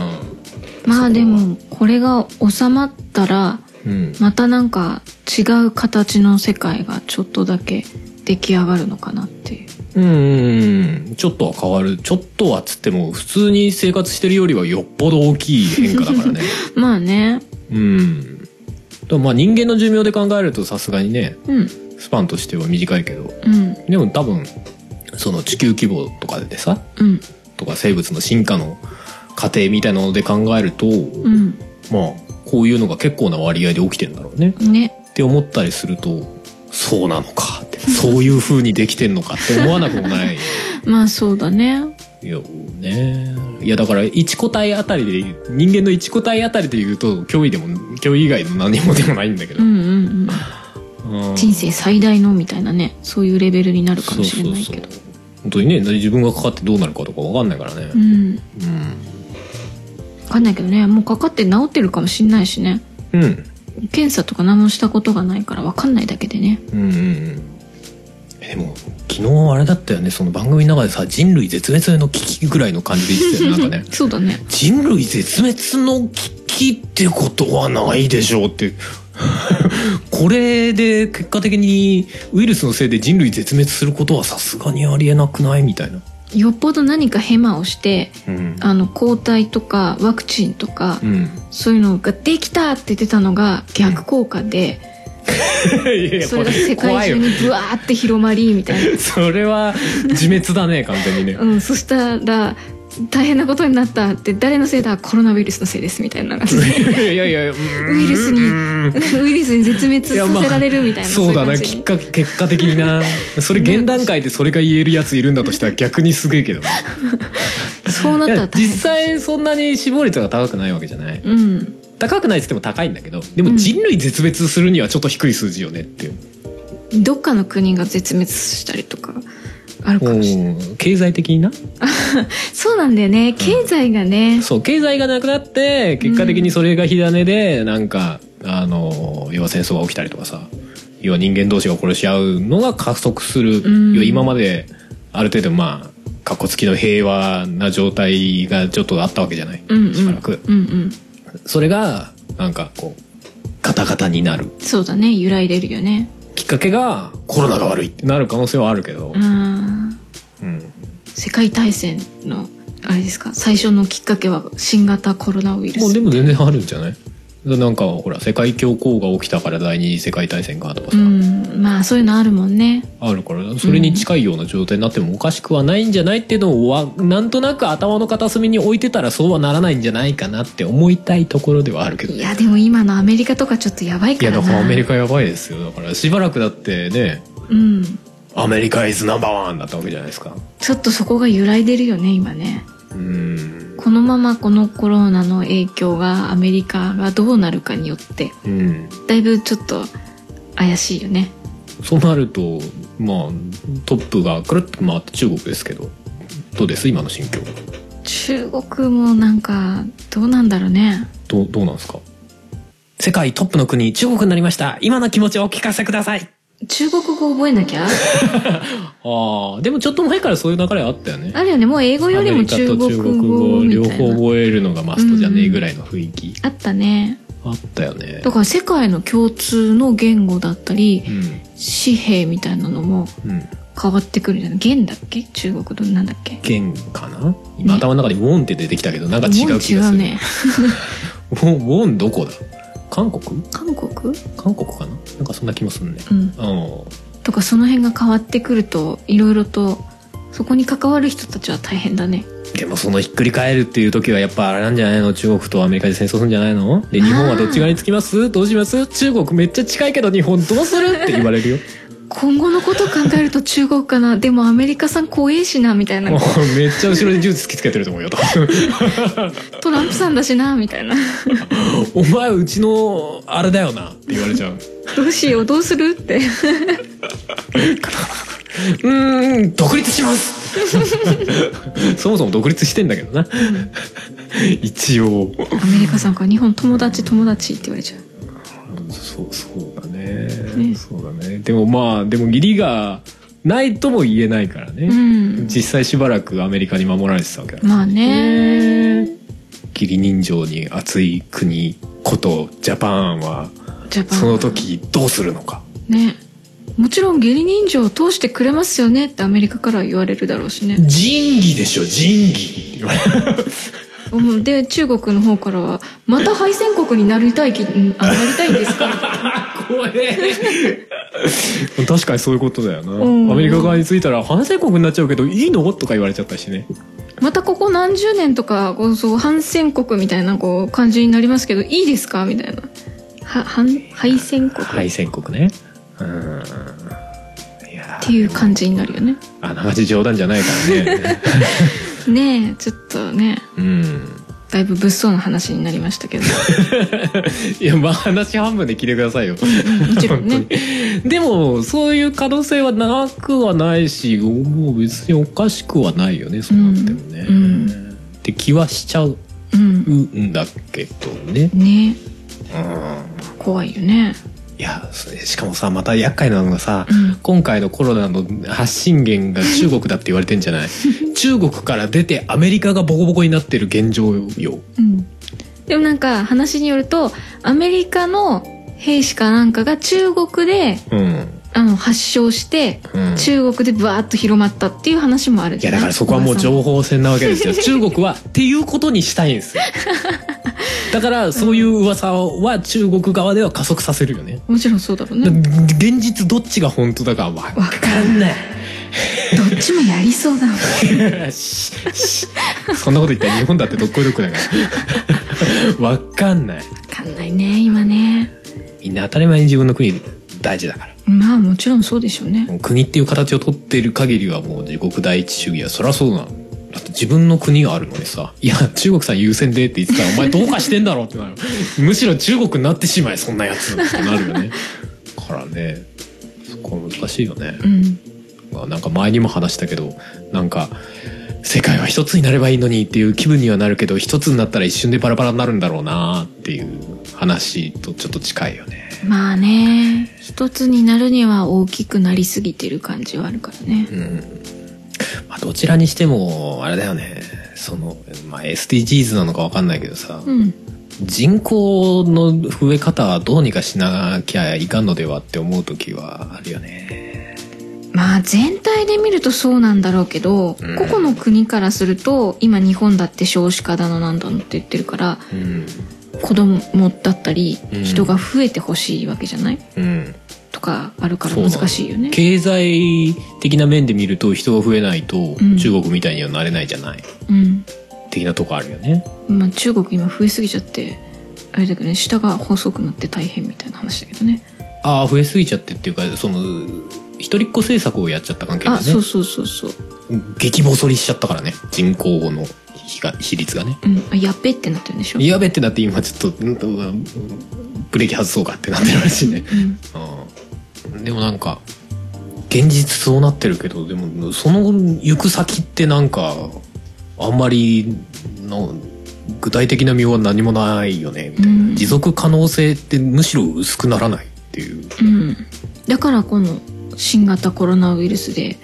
Speaker 2: まあでもこれが収まったら
Speaker 1: うんうん、
Speaker 2: またなんか違う形の世界がちょっとだけ出来上がるのかなっていう
Speaker 1: うんうんうんちょっとは変わるちょっとはっつっても普通に生活してるよりはよっぽど大きい変化だからね
Speaker 2: まあね
Speaker 1: うんでもまあ人間の寿命で考えるとさすがにね
Speaker 2: うん
Speaker 1: スパンとしては短いけど
Speaker 2: うん
Speaker 1: でも多分その地球規模とかでさ
Speaker 2: うん
Speaker 1: とか生物の進化の過程みたいなので考えると
Speaker 2: うん
Speaker 1: まあこういうのが結構な割合で起きてんだろうね
Speaker 2: ね
Speaker 1: って思ったりするとそうなのかってそそういう風にできてんのかって思わなくもない
Speaker 2: まあそうだね
Speaker 1: よねいやだから1個体あたりで人間の1個体あたりで言うと脅威でも脅威以外の何もでもないんだけど
Speaker 2: う、んうんうん
Speaker 1: うん
Speaker 2: 人生最大のみたいなねそういうレベルになるかもしれないけど
Speaker 1: そうそうそう本当にね自分がかかってどうなるかとかわかんないからね
Speaker 2: うん
Speaker 1: う
Speaker 2: 分かんないけどねもうかかって治ってるかもしんないしね
Speaker 1: んうん
Speaker 2: 検査とか何もしたことがないから分かんないだけでね
Speaker 1: うんうんうんえでも昨日あれだったよねその番組の中でさ人類絶滅の危機ぐらいの感じで言ってたよねなんかね
Speaker 2: そうだね
Speaker 1: 人類絶滅の危機ってことはないでしょうって これで結果的にウイルスのせいで人類絶滅することはさすがにありえなくないみたいな
Speaker 2: よっぽど何かヘマをして
Speaker 1: うん
Speaker 2: あの抗体とかワクチンとか、
Speaker 1: うん
Speaker 2: そういうのができたって言ってたのが逆効果で、
Speaker 1: いやいや
Speaker 2: それが
Speaker 1: これ
Speaker 2: 世
Speaker 1: 怖
Speaker 2: 界
Speaker 1: い
Speaker 2: 中
Speaker 1: よ
Speaker 2: にブワーって広まりみたい な
Speaker 1: それは自滅だね完全にね
Speaker 2: うんそしたら大変なことになったって誰のせいだコロナウイルスのせいですみたいな感じで
Speaker 1: いやいやウ
Speaker 2: ウイルスにウイルスに絶滅
Speaker 1: いやまあ
Speaker 2: させられるみたいな、
Speaker 1: そうだ
Speaker 2: い
Speaker 1: な
Speaker 2: 感じ
Speaker 1: きっかけ結果的になそれ現段階でそれが言えるやついるんだとしたら逆にすげえけどね
Speaker 2: そうなった
Speaker 1: い
Speaker 2: ら
Speaker 1: や
Speaker 2: 大変
Speaker 1: 実際そんなに死亡率が高くないわけじゃない
Speaker 2: うん
Speaker 1: 高くないっつっても高いんだけどで
Speaker 2: う
Speaker 1: も
Speaker 2: ん
Speaker 1: 人類絶滅するにはちょっと低い数字よねっていう、
Speaker 2: どっかの国が絶滅したりとかあるか
Speaker 1: う
Speaker 2: もしれない
Speaker 1: ん経済的にな
Speaker 2: そうなんだよね経済がね、
Speaker 1: そう経済がなくなって結果的にそれが火種でなんか、あの要は戦争が起きたりとかさ要は人間同士が殺し合うのが加速する、
Speaker 2: うん
Speaker 1: 要は今まである程度まあかっこつきの平和な状態がちょっとあったわけじゃない、
Speaker 2: うんうん
Speaker 1: しばらく
Speaker 2: うんうん
Speaker 1: それがなんかこうガタガタになる
Speaker 2: そうだね揺らいでるよね
Speaker 1: きっかけがコロナが悪いってなる可能性はあるけど、
Speaker 2: うん
Speaker 1: うん
Speaker 2: 世界大戦のあれですか最初のきっかけは新型コロナウイル
Speaker 1: もう
Speaker 2: ス
Speaker 1: でも全然あるんじゃないなんかほら世界恐慌が起きたから第二次世界大戦がとか
Speaker 2: う
Speaker 1: さ、
Speaker 2: んまあそういうのあるもんね
Speaker 1: あるからそれに近いような状態になってもおかしくはないんじゃないっていうのをわなんとなく頭の片隅に置いてたらそうはならないんじゃないかなって思いたいところではあるけど
Speaker 2: い
Speaker 1: ね
Speaker 2: やでも今のアメリカとかちょっとやばい
Speaker 1: い
Speaker 2: か
Speaker 1: や
Speaker 2: らな
Speaker 1: だからアメリカやばいですよだからしばらくだってね
Speaker 2: うん
Speaker 1: アメリカイズナンバーワンだったわけじゃないですか
Speaker 2: ちょっとそこが揺らいでるよね今ね
Speaker 1: うん
Speaker 2: このままこのコロナの影響がアメリカがどうなるかによって
Speaker 1: うん
Speaker 2: だいぶちょっと怪しいよね
Speaker 1: そうなるとまあトップがくるっと回って中国ですけどどうです今の心境
Speaker 2: 中国もなんかどうなんだろうね
Speaker 1: どうどうなんですか世界トップの国中国になりました今の気持ちをお聞かせください
Speaker 2: 中国語覚えなきゃ
Speaker 1: ああでもちょっと前からそういう流れあったよね
Speaker 2: あるよねもう英語
Speaker 1: ア
Speaker 2: より
Speaker 1: メ
Speaker 2: も
Speaker 1: リカ
Speaker 2: 中
Speaker 1: と
Speaker 2: 国
Speaker 1: 中国
Speaker 2: 語
Speaker 1: 語
Speaker 2: み
Speaker 1: 両
Speaker 2: たい
Speaker 1: 方
Speaker 2: な
Speaker 1: 覚えるのがマストじゃねえぐらいの雰囲気
Speaker 2: あったね
Speaker 1: あったよね
Speaker 2: だから世界の共通の言語だったり
Speaker 1: う
Speaker 2: 紙幣みたいなのも
Speaker 1: んうん
Speaker 2: 変わってくるじゃない元だっけ中国語なんだっけ
Speaker 1: 元かな今
Speaker 2: ね
Speaker 1: 頭の中にウォンって出てきたけどなんか違う気が
Speaker 2: も
Speaker 1: す
Speaker 2: う違う
Speaker 1: る
Speaker 2: ね
Speaker 1: ウォンウォンどこだ韓国
Speaker 2: 韓国
Speaker 1: 韓国かななんかそんな気もするね
Speaker 2: うん
Speaker 1: うん
Speaker 2: とかその辺が変わってくるといろいろとそこに関わる人たちは大変だね
Speaker 1: でもそのひっくり返るっていう時はやっぱあれなんじゃないの中国とアメリカで戦争するんじゃないので日本はどっち側につきますどうします中国めっちゃ近いけど日本どうするって言われるよ
Speaker 2: 今後のこと考えると中国かなでもアメリカさん怖えしなみたいな
Speaker 1: もうめっちゃ後ろに銃突きつけてると思 うよと
Speaker 2: トランプさんだしなみたいな
Speaker 1: お前うちのあれだよなって言われちゃう
Speaker 2: どうしようどうするって
Speaker 1: うーん独立します そもそも独立してんだけどな一応
Speaker 2: アメリカさんから日本友達友達って言われちゃう
Speaker 1: そうそうだね
Speaker 2: ね
Speaker 1: そうだねでもまあでも義理がないとも言えないからね、
Speaker 2: うん
Speaker 1: 実際しばらくアメリカに守られてたわけだ
Speaker 2: まあね
Speaker 1: 義理人情に熱い国ことジャパンは
Speaker 2: ジャパン
Speaker 1: その時どうするのか
Speaker 2: ねもちろん義理人情を通してくれますよねってアメリカからは言われるだろうしね
Speaker 1: 仁義でしょ仁義
Speaker 2: うんで中国の方からはまた敗戦国になりたいきうんあなりたいんですか
Speaker 1: 怖え確かにそういうことだよな、
Speaker 2: うん
Speaker 1: アメリカ側に着いたら反戦国になっちゃうけどいいのとか言われちゃったしね
Speaker 2: またここ何十年とかこうそう反戦国みたいなこう感じになりますけどいいですかみたいなは反敗戦国
Speaker 1: 敗戦国ねうんいや
Speaker 2: っていう感じになるよね
Speaker 1: あながち冗談じゃないから ね
Speaker 2: ねえちょっとね
Speaker 1: うん
Speaker 2: だいぶ物騒な話になりましたけど
Speaker 1: いやまあ話半分で聞いてくださいよ
Speaker 2: もちろんね
Speaker 1: 本当にでもそういう可能性はなくはないしもう別におかしくはないよねそうなってもね、
Speaker 2: うんう
Speaker 1: って気はしちゃう
Speaker 2: うん
Speaker 1: んだけどね、
Speaker 2: ね
Speaker 1: うん
Speaker 2: 怖いよね
Speaker 1: いやそれしかもさまた厄介なのがさ、
Speaker 2: うん
Speaker 1: 今回のコロナの発信源が中国だって言われてんじゃない中国から出てアメリカがボコボコになってる現状よ
Speaker 2: うんでもなんか話によるとアメリカの兵士かなんかが中国で
Speaker 1: うん、
Speaker 2: あの発症して
Speaker 1: うん、
Speaker 2: 中国でブワーッと広まったっていう話もある
Speaker 1: いやだからそこはもう情
Speaker 2: 報
Speaker 1: 報戦なわけですよ中国はっていうことにしたいんですよだからそういう噂は中国側では加速させるよね
Speaker 2: もちろんそうだろうね
Speaker 1: だ
Speaker 2: ど
Speaker 1: 現実どっちが本当だかわかんない
Speaker 2: っちもやりそうだもん
Speaker 1: ししそんなこと言ったら日本だってどっこいどっこいだからわかんない
Speaker 2: わかんないね今ね
Speaker 1: みんな当たり前に自分の国大事だから
Speaker 2: まあもちろんそうでしょうね
Speaker 1: もう国っていう形を取ってる限りはもう自国第一主義はそりゃそうなのだって自分の国があるのにさ「いや中国さん優先で」って言ってたら「お前どうかしてんだろ」ってなるむしろ中国になってしまえそんなやつってなるよねだからねそこは難しいよね
Speaker 2: うん
Speaker 1: まあなんか前にも話したけどなんか世界は一つになればいいのにっていう気分にはなるけど一つになったら一瞬でバラバラになるんだろうなっていう話とちょっと近いよね
Speaker 2: まあね一つになるには大きくなりすぎてる感じはあるからね
Speaker 1: うんまあ、どちらにしてもあれだよねその、まあ、SDGs なのか分かんないけどさ、
Speaker 2: うん
Speaker 1: 人口の増え方はどうにかしなきゃいかんのではって思う時はあるよね
Speaker 2: まあ全体で見るとそうなんだろうけど、
Speaker 1: うん
Speaker 2: 個々の国からすると今日本だって少子化だのなんだのって言ってるから
Speaker 1: うん
Speaker 2: 子供だったり
Speaker 1: うん
Speaker 2: 人が増えてほしいわけじゃない、
Speaker 1: うん
Speaker 2: とかあるから
Speaker 1: そうな
Speaker 2: 難
Speaker 1: の
Speaker 2: しいよね
Speaker 1: 経済的な面で見ると人が増えないと
Speaker 2: うん
Speaker 1: 中国みたいにはなれないじゃない、
Speaker 2: うん、
Speaker 1: 的なとこあるよね
Speaker 2: まあ、中国今増えすぎちゃってあれだけどね下が細くなって大変みたいな話だけどね
Speaker 1: ああ増えすぎちゃってっていうかその一人っ子政策をやっちゃった関係でね
Speaker 2: あそうそうそうそう、
Speaker 1: 激細りしちゃったからね人口の比が比率がね
Speaker 2: うん、あやっべってなってるんでしょ
Speaker 1: やべってなって今ちょっとうんうんブレーキ外そうかってなってるらしいね、
Speaker 2: うん
Speaker 1: うん、でもなんか現実そうなってるけどでもその行く先ってなんかあんまりの具体的な妙は何もないよねみたいな、
Speaker 2: うん
Speaker 1: 持続可能性ってむしろ薄くならないっていう
Speaker 2: うん、だからこの新型コロナウイルス で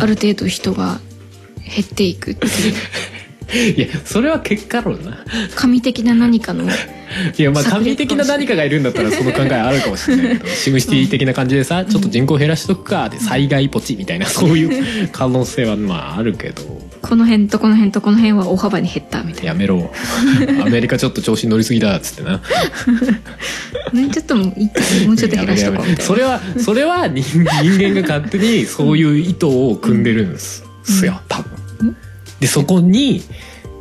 Speaker 2: ある程度人が減っていくっていう
Speaker 1: いやそれは結果論な
Speaker 2: 神的な何かの
Speaker 1: いやまあ
Speaker 2: 策
Speaker 1: 神
Speaker 2: 略
Speaker 1: 的な何かがいるんだったらその考えあるかもしれないけどシムシティ的な感じでさちょっと人口減らしとくかで災害ポチみたいなそういう可能性はまああるけど
Speaker 2: この辺とこの辺とこの辺は大幅に減ったみたい
Speaker 1: やめ ろアメリカちょっと調子に乗りすぎだっつってな
Speaker 2: な、ね、ちょっともう一回もうちょっと減らしとこうみたい
Speaker 1: それはそれは人人間が勝手にそういう意図を組んでるんですよ多
Speaker 2: う
Speaker 1: 分
Speaker 2: ん
Speaker 1: でそこに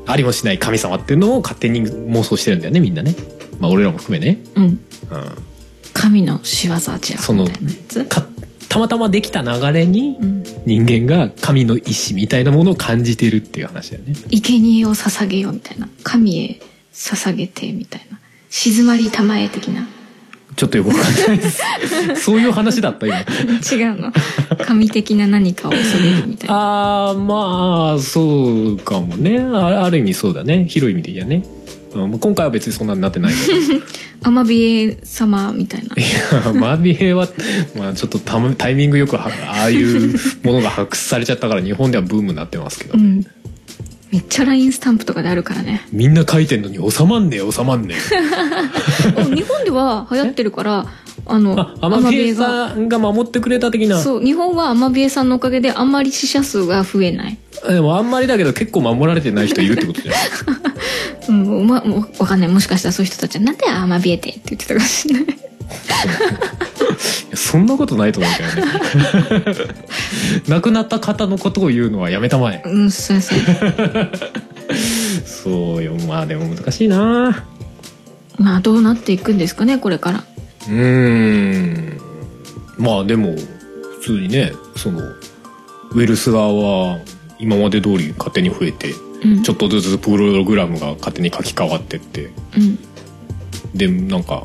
Speaker 1: ありもしない神様っていうのを勝手に妄想してるんだよねみんなねまあ俺らも含めね、
Speaker 2: な、うん、
Speaker 1: うん、
Speaker 2: 神の仕業じゃんみた
Speaker 1: そ
Speaker 2: い
Speaker 1: の
Speaker 2: なやつ、
Speaker 1: かたまたまできた流れに
Speaker 2: うん、
Speaker 1: 人間が神の意志みたいなものを感じてるっていう話だよね
Speaker 2: 生贄を捧げようみたいな神へ捧げてみたいな静まりたまえ 的な
Speaker 1: ちょっとよくわかんないですそういう話だった今
Speaker 2: 違うの神的な何かを恐れるみたいな
Speaker 1: あーまあそうかもねあある意味そうだね広い意味で言えばね、うんまあ、今回は別にそんなになってない け
Speaker 2: アマビエ様みたいな
Speaker 1: どマービー兵は、まあ、ちょっとタムタイミングよくはああいうものが発掘されちゃったから日本ではブームになってますけど、。
Speaker 2: うん。めっちゃ LINE スタンプとかであるからね
Speaker 1: みんな書いてんのに収まんねえ収まんねえ
Speaker 2: あ日本では流行ってるから、あ の
Speaker 1: あ、アマビエさんが守ってくれた的な
Speaker 2: そう、日本はアマビエさんのおかげであんまり死者数が増えない。
Speaker 1: でもあんまりだけど結構守られてない人いるってことじゃない
Speaker 2: うん、ま、もうわかんない。もしかしたらそういう人たちは、なんでアマビエってって言ってたかもしれない。
Speaker 1: いやそんなことないと思うけどね 亡くなった方のことを言うのはやめたまえ
Speaker 2: うん、すいません。
Speaker 1: そうよまあでも難しいな
Speaker 2: まあ、どうなっていくんですかね、これから。
Speaker 1: うーんまあでも通にねそのウェルス側は今まで通り勝手に増えて
Speaker 2: うん
Speaker 1: ちょっとずつプログラムが勝手に書き換わってって
Speaker 2: うん
Speaker 1: でなんか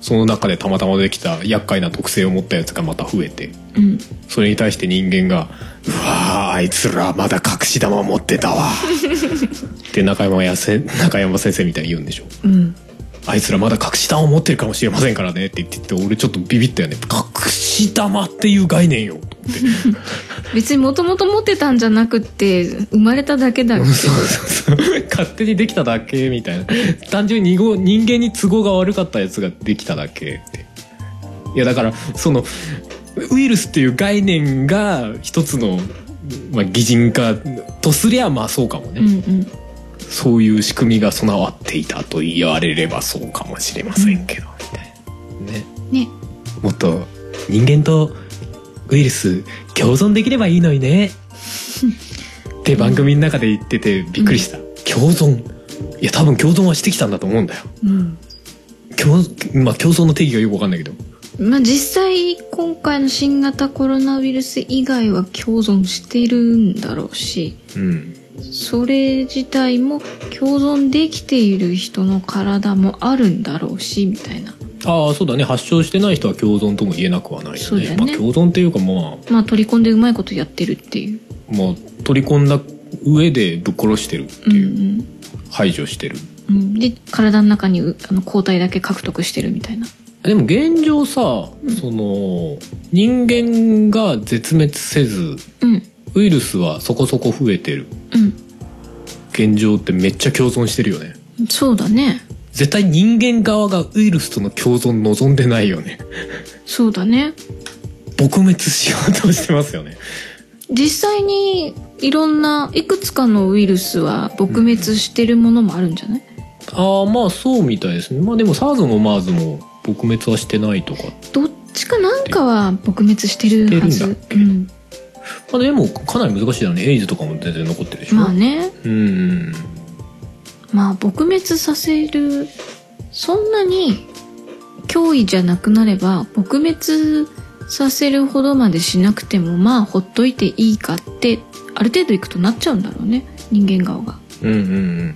Speaker 1: その中でたまたまできた厄介な特性を持ったやつがまた増えて
Speaker 2: うん
Speaker 1: それに対して人間が「うわーあいつらまだ隠し玉持ってた わ」って中山やせ中山先生みたいに言うんでしょ
Speaker 2: うん
Speaker 1: あいつらまだ隠し玉を持ってるかもしれませんからねって言ってて俺ちょっとビビったよね隠し玉っていう概念よと思って
Speaker 2: 別にもともと持ってたんじゃなくって生まれただけだ
Speaker 1: そうそうそう 勝手にできただけみたいな単純に人人間に都合が悪かったやつができただけっていやだからそのウイルスっていう概念が一つの、まあ、擬人化とすりゃまあそうかもね、
Speaker 2: うんうん
Speaker 1: そういう仕組みが備わっていたと言われればそうかもしれませんけど、みたいなね
Speaker 2: ね
Speaker 1: もっと人間とウイルス共存できればいいのに ねって番組の中で言っててびっくりした、共存いや多分共存はしてきたんだと思うんだよ
Speaker 2: うん
Speaker 1: 共,、まあ、共存の定義がよくわかんないけど
Speaker 2: まあ実際今回の新型コロナウイルス以外は共存しているんだろうし
Speaker 1: うん
Speaker 2: それ自体も共存できている人の体もあるんだろうしみたいな
Speaker 1: ああそうだね発症してない人は共存とも言えなくはないよ
Speaker 2: そう
Speaker 1: ね
Speaker 2: だね
Speaker 1: まあ、共存っていうかまあ
Speaker 2: まあ取り込んでうまいことやってるっていう
Speaker 1: もう取り込んだ上でぶっ殺してるって
Speaker 2: うん
Speaker 1: いう、排除してる
Speaker 2: うんうんで体の中にうあの抗体だけ獲得してるみたいな
Speaker 1: でも現状さ、
Speaker 2: うん
Speaker 1: その人間が絶滅せず
Speaker 2: うん
Speaker 1: ウイルスはそこそこ増えてる
Speaker 2: う
Speaker 1: 現状ってめっちゃ共存してるよね
Speaker 2: んそうだね
Speaker 1: 絶対人間側がウイルスとの共存望んでないよね
Speaker 2: そうだね
Speaker 1: 撲滅しようとしてますよね
Speaker 2: 実際にいろんないくつかのウイルスは撲滅してるものもあるんじゃない、
Speaker 1: ああまあそうみたいですねまあでも SARS も MARS も撲滅はしてないとか、
Speaker 2: どっちかなんかは撲滅して
Speaker 1: して
Speaker 2: るは
Speaker 1: る
Speaker 2: ず
Speaker 1: んだっけ
Speaker 2: うん
Speaker 1: まあ、でもかなり難しいよねエイズとかも全然残ってるでしょ、
Speaker 2: まあね
Speaker 1: うん
Speaker 2: まあ撲滅させるそんなに脅威じゃなくなれば撲滅させるほどまでしなくてもまあほっといていいかってある程度いくとなっちゃうんだろうね人間側が
Speaker 1: うんうんうん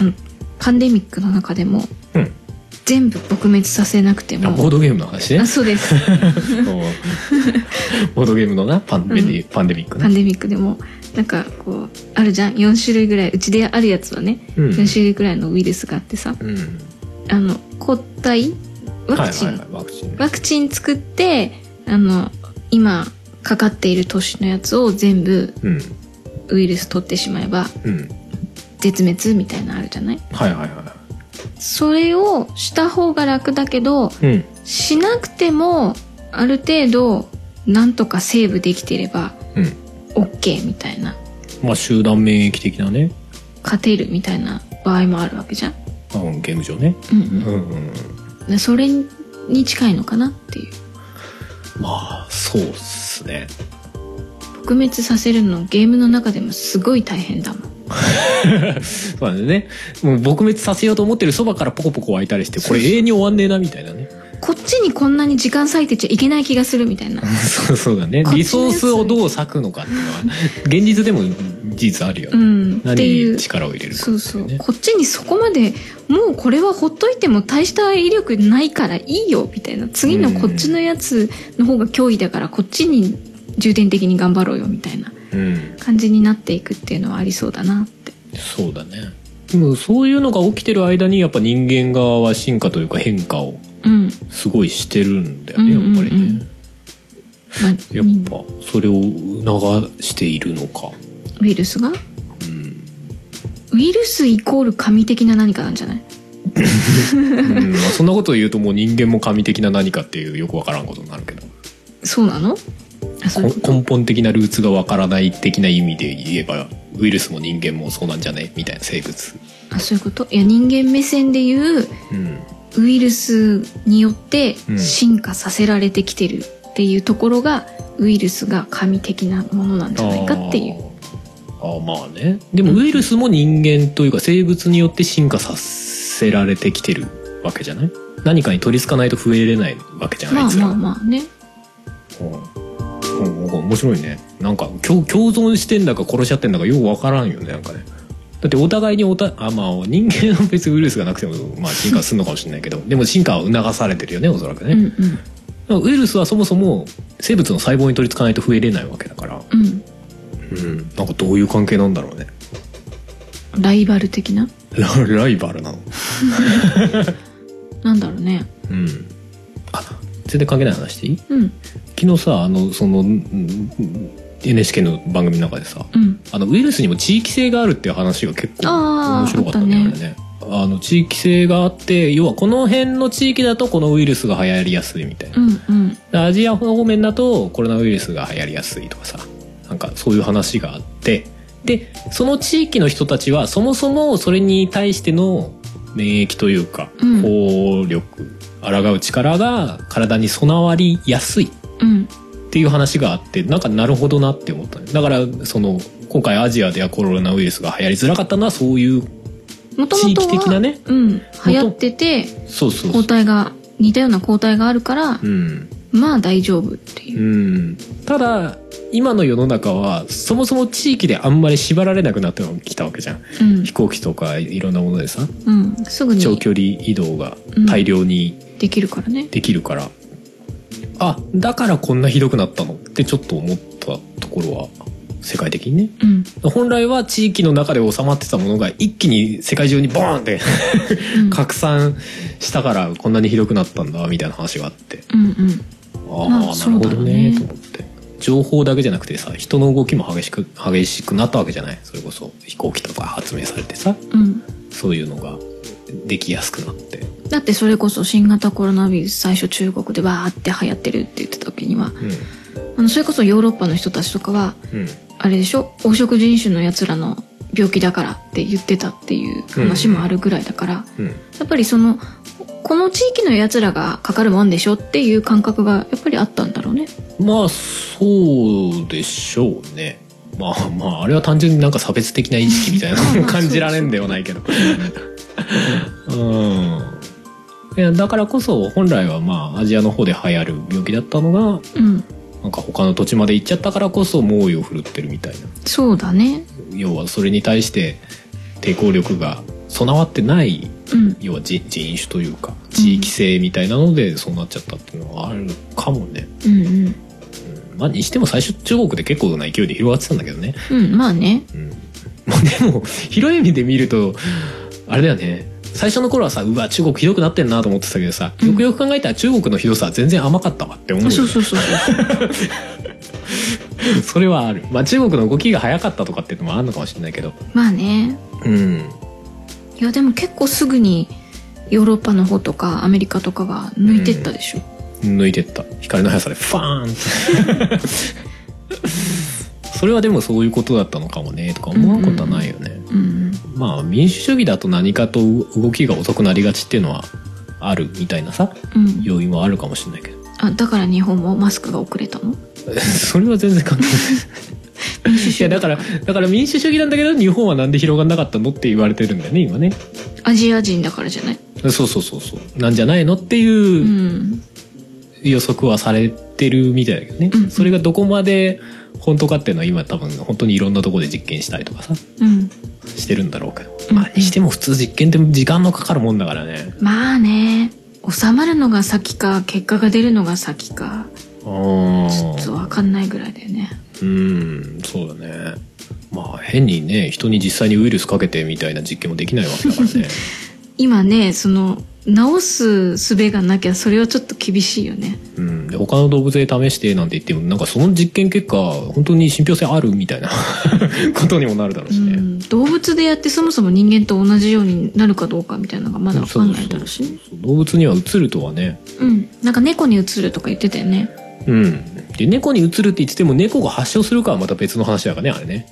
Speaker 2: あのパンデミックの中でも
Speaker 1: うんうん
Speaker 2: 全部撲滅させなくて
Speaker 1: あ
Speaker 2: も
Speaker 1: ボードゲームの話ね
Speaker 2: あそうです
Speaker 1: うんボードゲームのなパンデミ,、パンデミック
Speaker 2: パ
Speaker 1: ね
Speaker 2: ンデミックでもなんかこうあるじゃん4種類ぐらいうちであるやつはね、
Speaker 1: うん
Speaker 2: 4種類ぐらいのウイルスがあってさ
Speaker 1: うん
Speaker 2: あの抗体ワクチン、
Speaker 1: はいはいはい、ワクチン
Speaker 2: ワクチン作ってあの今かかっている年のやつを全部
Speaker 1: うん
Speaker 2: ウイルス取ってしまえば
Speaker 1: うん
Speaker 2: 絶滅みたいなのあるじゃない
Speaker 1: はいはいは
Speaker 2: それをした方が楽だけど
Speaker 1: いうん
Speaker 2: しなくてもある程度なんとかセーブできてれば
Speaker 1: うん、
Speaker 2: OK みたいな
Speaker 1: まあ集団免疫的なね、
Speaker 2: 勝てるみたいな場合もあるわけじゃん。
Speaker 1: あのゲーム上ね、
Speaker 2: うん
Speaker 1: うん
Speaker 2: うん
Speaker 1: うん、
Speaker 2: でそれに近いのかなっていう
Speaker 1: まあそうっすね
Speaker 2: 撲滅させるのゲームの中でもすごい大変だもん
Speaker 1: そうなんですねもう撲滅させようと思ってるそばからポコポコ湧いたりしてこれ永遠に終わんねえなみたいなね
Speaker 2: こっちにこんなに時間割いてちゃいけない気がするみたい な
Speaker 1: そうそうだね
Speaker 2: こっちの
Speaker 1: リ
Speaker 2: やつ
Speaker 1: ソースをどう割くのかっていうのは現実でも事実あるよ
Speaker 2: う
Speaker 1: ね、
Speaker 2: んっ
Speaker 1: 何
Speaker 2: てい
Speaker 1: に
Speaker 2: う
Speaker 1: 力を入れるかって
Speaker 2: そ
Speaker 1: いうね
Speaker 2: そうこっちにそこまでもうこれはほっといても大した威力ないからいいよみたいな次のこっちのやつの方が脅威だからこっちに重点的に頑張ろうよみたいな
Speaker 1: うん
Speaker 2: 感じになっていくっていうのはありそうだなって
Speaker 1: そうだねでもそういうのが起きてる間にやっぱ人間側は進化というか変化を
Speaker 2: うん、
Speaker 1: すごいしてるんだよねや
Speaker 2: う
Speaker 1: っ
Speaker 2: んうんうん
Speaker 1: ぱりね、
Speaker 2: まあ
Speaker 1: やっぱそれを促しているのか、
Speaker 2: ウイルスが
Speaker 1: うん
Speaker 2: ウイルスイコール神的な何かなんじゃない
Speaker 1: うんまあ、そんなことを言うともう人間も神的な何かっていうよくわからんことになるけど
Speaker 2: そうなのあそういうこ
Speaker 1: こ根本的なルーツがわからない的な意味で言えばウイルスも人間もそうなんじゃねみたいな生物、
Speaker 2: とあそういうこといや人間目線で言う
Speaker 1: うん、
Speaker 2: ウイルスによって
Speaker 1: うん
Speaker 2: 進化させられてきてるっていうところが、ウイルスが神的なものなんじゃないかっていう
Speaker 1: あーあーまあねでもウイルスも人間というか生物によって進化させられてきてるわけじゃない何かに取りつかないと増えれないわけじゃない
Speaker 2: ま
Speaker 1: で
Speaker 2: あ
Speaker 1: すか、
Speaker 2: まあまあね
Speaker 1: うんうんなんか面白いねなんか共共存してんだか殺し合ってんだかよく分からんよねなんかねだってお互いにおたあまあ人間は別にウイルスがなくても、まあ、進化するのかもしれないけどでも進化は促されてるよねおそらくね、
Speaker 2: うんうん
Speaker 1: ウイルスはそもそも生物の細胞に取り付かないと増えれないわけだから、
Speaker 2: うん
Speaker 1: うん、なんかどういう関係なんだろうね
Speaker 2: ライバル的な
Speaker 1: ラ ライバルなの
Speaker 2: なんだろうね
Speaker 1: うんあ全然関係ない話でいい
Speaker 2: うん
Speaker 1: 昨日さあのそのうん NHK の番組の中でさ
Speaker 2: うん
Speaker 1: あのウイルスにも地域性があるっていう話が結構
Speaker 2: あー
Speaker 1: 面白かったねあ
Speaker 2: あ
Speaker 1: れ
Speaker 2: った
Speaker 1: ねあの地域性があって要はこの辺の地域だとこのウイルスが流行りやすいみたいな
Speaker 2: う、んうん
Speaker 1: でアジア方面だとコロナウイルスが流行りやすいとかさなんかそういう話があってでその地域の人たちはそもそもそれに対しての免疫というか
Speaker 2: うん
Speaker 1: 効力、抗う力が体に備わりやすいっ
Speaker 2: うん
Speaker 1: ていう話があってなんかなるほどなって思ったねだからその今回アジアではコロナウイルスが流行りづらかったのはそういう
Speaker 2: もと
Speaker 1: 地
Speaker 2: もと
Speaker 1: 域的な
Speaker 2: は、
Speaker 1: ね
Speaker 2: うん、流行ってて
Speaker 1: そうそうそ
Speaker 2: 抗
Speaker 1: う
Speaker 2: 体が似たような抗体があるから、
Speaker 1: うん
Speaker 2: まあ大丈夫っていうう、
Speaker 1: ん、ただ今の世の中はそもそも地域であんまり縛られなくなってきたわけじゃん
Speaker 2: うん
Speaker 1: 飛行機とかいろんなものでさ
Speaker 2: うん、すぐ
Speaker 1: 長
Speaker 2: に
Speaker 1: 距離移動が
Speaker 2: うん
Speaker 1: 大量に
Speaker 2: できるからね
Speaker 1: できるから、あだからこんなひどくなったのってちょっと思ったところは世界的にね
Speaker 2: うん、
Speaker 1: 本来は地域の中で収まってたものが一気に世界中にボーンって
Speaker 2: うん、
Speaker 1: 拡散したからこんなにひどくなったんだみたいな話があって
Speaker 2: うんうん
Speaker 1: ああ、
Speaker 2: まあ
Speaker 1: なるほどねと
Speaker 2: そうだね
Speaker 1: 思って情報だけじゃなくてさ人の動きも激しく激しくなったわけじゃないそれこそ飛行機とか発明されてさ
Speaker 2: うん
Speaker 1: そういうのができやすくなって
Speaker 2: だってそれこそ新型コロナウイルス最初中国でバーって流行ってるって言ってた時には
Speaker 1: う
Speaker 2: あのそれこそヨーロッパの人たちとかは
Speaker 1: んうん
Speaker 2: あれでしょ黄色人種のやつらの病気だからって言ってたっていう話もあるぐらいだから、
Speaker 1: うん
Speaker 2: やっぱりそのこの地域のやつらがかかるもんでしょっていう感覚がやっぱりあったんだろうね
Speaker 1: まあそうでしょうねまあまああれは単純になんか差別的な意識みたいなのを 感じられんではないけ どうんいやだからこそ本来はまあアジアの方で流行る病気だったのが
Speaker 2: うん
Speaker 1: なんか他の土地まで行っちゃったからこそ猛威を振るってるみたいな
Speaker 2: そうだね
Speaker 1: 要はそれに対して抵抗力が備わってない
Speaker 2: うん
Speaker 1: 要は人人種というか地域性みたいなのでそうなっちゃったっていうのはあるかもね、
Speaker 2: うんうん
Speaker 1: まあにしても最初中国で結構な勢いで広がってたんだけどね、
Speaker 2: うんまあね
Speaker 1: うんまあ、でも広い意味で見るとあれだよね最初の頃はさうわ中国ひどくなってんなと思ってたけどさよくよく考えたら中国のひどさは全然甘かったわって思うよね、
Speaker 2: そうそうそうそう
Speaker 1: それはある、まあ、中国の動きが早かったとかっていうのもあるのかもしれないけど
Speaker 2: まあね
Speaker 1: うん
Speaker 2: いやでも結構すぐにヨーロッパの方とかアメリカとかが抜いてったでしょ、
Speaker 1: 抜いてった光の速さでファーンそれはでもそういうことだったのかもねとか思うことはないよね、
Speaker 2: うん
Speaker 1: まあ民主主義だと何かと動きが遅くなりがちっていうのはあるみたいなさ
Speaker 2: うん、うん、
Speaker 1: 要因はあるかもしれないけど
Speaker 2: あだから日本もマスクが遅れたの
Speaker 1: それは全然関係ない
Speaker 2: 民主主
Speaker 1: いや
Speaker 2: 義
Speaker 1: だからだから民主主義なんだけど日本はなんで広がんなかったのって言われてるんだよね今ね
Speaker 2: アジア人だからじゃない
Speaker 1: そうそうそうそうなんじゃないのっていううん予測はされてるみたいだけどね、
Speaker 2: うん
Speaker 1: それがどこまで本当かっていうのは今多分本当にいろんなところで実験したりとかさ
Speaker 2: うん
Speaker 1: してるんだろうけど、
Speaker 2: うん
Speaker 1: まあにしても普通実験って時間のかかるもんだからね
Speaker 2: まあね収まるのが先か結果が出るのが先か
Speaker 1: うん
Speaker 2: ちょっと分かんないぐらいだよね
Speaker 1: うんそうだねまあ変にね人に実際にウイルスかけてみたいな実験もできないわけだから ね
Speaker 2: 今ねその治す術がなきゃそれはちょっと厳しいよね
Speaker 1: うんで他の動物で試してなんて言ってもなんかその実験結果本当に信憑性あるみたいな ことにもなるだろう
Speaker 2: う
Speaker 1: しね、
Speaker 2: ん動物でやってそもそも人間と同じようになるかどうかみたいなのがまだ分かんないだろうしね
Speaker 1: そう動物にはうつるとはね
Speaker 2: うんなんか猫にうつるとか言ってたよね
Speaker 1: うん、で猫にうつるって言っても猫が発症するかはまた別の話だからねあれね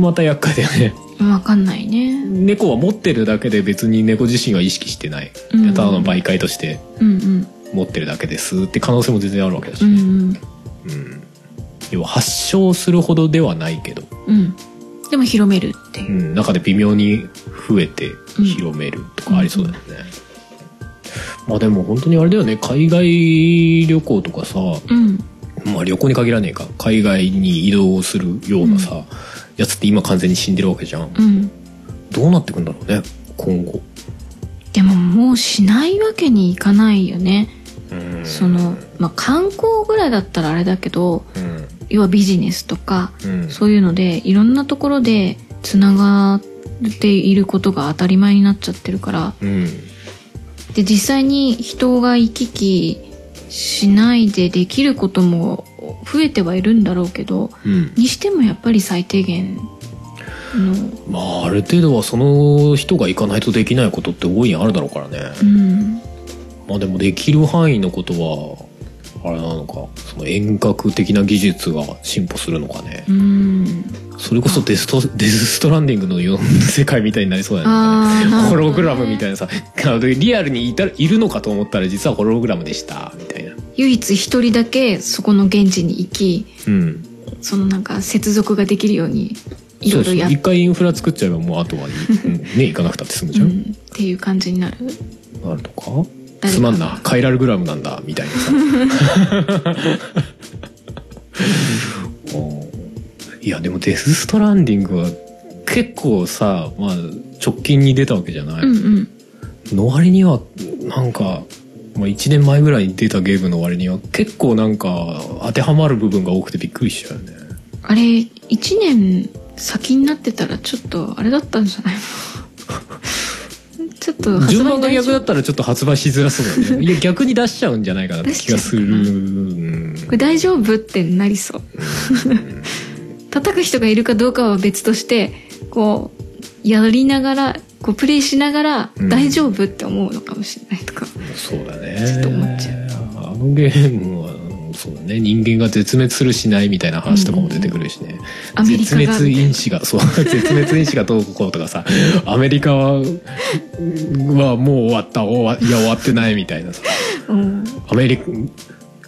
Speaker 1: また厄介だよね
Speaker 2: 分かんないね
Speaker 1: 猫は持ってるだけで別に猫自身は意識してない、
Speaker 2: うん
Speaker 1: ただの媒介として
Speaker 2: うんうん
Speaker 1: 持ってるだけですって可能性も全然あるわけだし、
Speaker 2: うんうん
Speaker 1: うん要は発症するほどではないけど、
Speaker 2: うんでも広めるっていうう、
Speaker 1: ん、中で微妙に増えて広めるとかありそうだよね、まあでも本当にあれだよね海外旅行とかさ
Speaker 2: うん、
Speaker 1: まあ旅行に限らねえか海外に移動するようなさ、やつって今完全に死んでるわけじゃん
Speaker 2: うん
Speaker 1: どうなってくんだろうね今後
Speaker 2: でももうしないわけにいかないよね
Speaker 1: うん
Speaker 2: その、まあ、観光ぐらいだったらあれだけど
Speaker 1: うん
Speaker 2: 要はビジネスとか
Speaker 1: うん
Speaker 2: そういうのでいろんなところでつながっていることが当たり前になっちゃってるから
Speaker 1: うん
Speaker 2: で実際に人が行き来しないでできることも増えてはいるんだろうけど
Speaker 1: うん
Speaker 2: にしてもやっぱり最低限の
Speaker 1: まあある程度はその人が行かないとできないことって大いにあるだろうからね、
Speaker 2: うん
Speaker 1: まあでもできる範囲のことはあれなのかその遠隔的な技術が進歩するのかね
Speaker 2: うん
Speaker 1: それこそデストデスストランディングのような世界みたいになりそうだよね
Speaker 2: あーなるほ
Speaker 1: ホ
Speaker 2: どね
Speaker 1: ログラムみたいなさあのリアルにいたいるのかと思ったら実はホログラムでしたみたいな
Speaker 2: 唯一一人だけそこの現地に行き
Speaker 1: うん
Speaker 2: そのなんか接続ができるようにい
Speaker 1: そ
Speaker 2: ろいろやっ
Speaker 1: うそう一回インフラ作っちゃえばもうあ とはいうんね行かなくたって済むじゃ、
Speaker 2: うんん、っていう感じになる
Speaker 1: なるとか
Speaker 2: 誰か
Speaker 1: すまんなカイラルグラムなんだみたいな さうんいやでもデス・ストランディングは結構さ、まあ、直近に出たわけじゃない、
Speaker 2: うんうん
Speaker 1: の割にはなんか、まあ、1年前ぐらいに出たゲームの割には結構なんか当てはまる部分が多くてびっくりしちゃうよね
Speaker 2: あれ1年先になってたらちょっとあれだったんじゃないの ちょっと発売
Speaker 1: 順番が
Speaker 2: 大
Speaker 1: 逆
Speaker 2: 丈
Speaker 1: だ
Speaker 2: 夫
Speaker 1: ったらちょっと発売しづらそう だねいや逆に出しちゃうんじゃないかなって気がする
Speaker 2: 出しちゃ
Speaker 1: うん
Speaker 2: これ大丈夫ってなりそう叩く人がいるかどうかは別としてこうやりながらこうプレイしながら
Speaker 1: うん
Speaker 2: 大丈夫って思うのかもしれないとか、
Speaker 1: そうだね
Speaker 2: ちょっと思っちゃ
Speaker 1: あのゲームはうんそうだね人間が絶滅するしないみたいな話とかも出てくるしね、
Speaker 2: アメリカ
Speaker 1: 絶
Speaker 2: が
Speaker 1: 滅因子がそう 絶滅因子がどうこうとかさアメリカははもう終わった終わいや終わってないみたいなさ
Speaker 2: うん
Speaker 1: アメリカ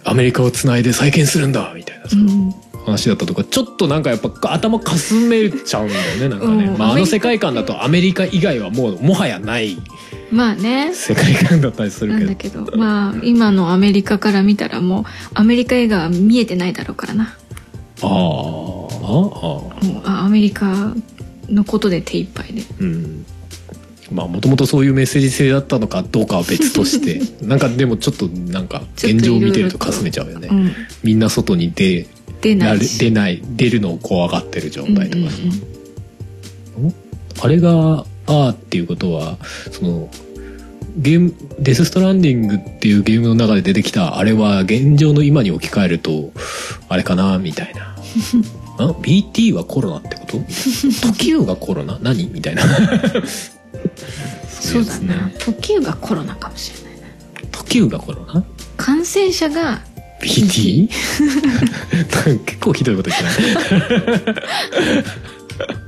Speaker 1: アメリカをつないで再建するんだみたいな
Speaker 2: う
Speaker 1: さ、
Speaker 2: ん、
Speaker 1: 話だったとかちょっとなんかやっぱ頭かすめちゃうんだよねなんかね、
Speaker 2: うん
Speaker 1: まあ、
Speaker 2: ア
Speaker 1: あ
Speaker 2: メリカ
Speaker 1: の世界観だとアメリカ以外はもうもはやない
Speaker 2: まあね
Speaker 1: 世界観だったりする
Speaker 2: な
Speaker 1: け
Speaker 2: ん
Speaker 1: ど
Speaker 2: だけどまあ今のアメリカから見たらもうアメリカ映画は見えてないだろうからな
Speaker 1: ああああ
Speaker 2: もうあアメリカのことで手一杯で
Speaker 1: うんまあもともとそういうメッセージ性だったのかどうかは別として なんかでもちょっとなんか現状を見てるとかすめちゃうよね、
Speaker 2: うん
Speaker 1: みんな外に出
Speaker 2: 出
Speaker 1: な
Speaker 2: ない
Speaker 1: れ
Speaker 2: し
Speaker 1: 出ない出るのを怖がってる状態とかさ、
Speaker 2: うんうんうん
Speaker 1: あれがああっていうことはそのゲーム「デス・ストランディング」っていうゲームの中で出てきたあれは現状の今に置き換えるとあれかなみたいなあ BT はコロナってこと時 u がコロナ何みたいな
Speaker 2: そうだ
Speaker 1: いやつ
Speaker 2: な時計がコロナかもしれない
Speaker 1: 時生がコロナ
Speaker 2: 感染者が
Speaker 1: PT? なんか結構ひどいこと言って ない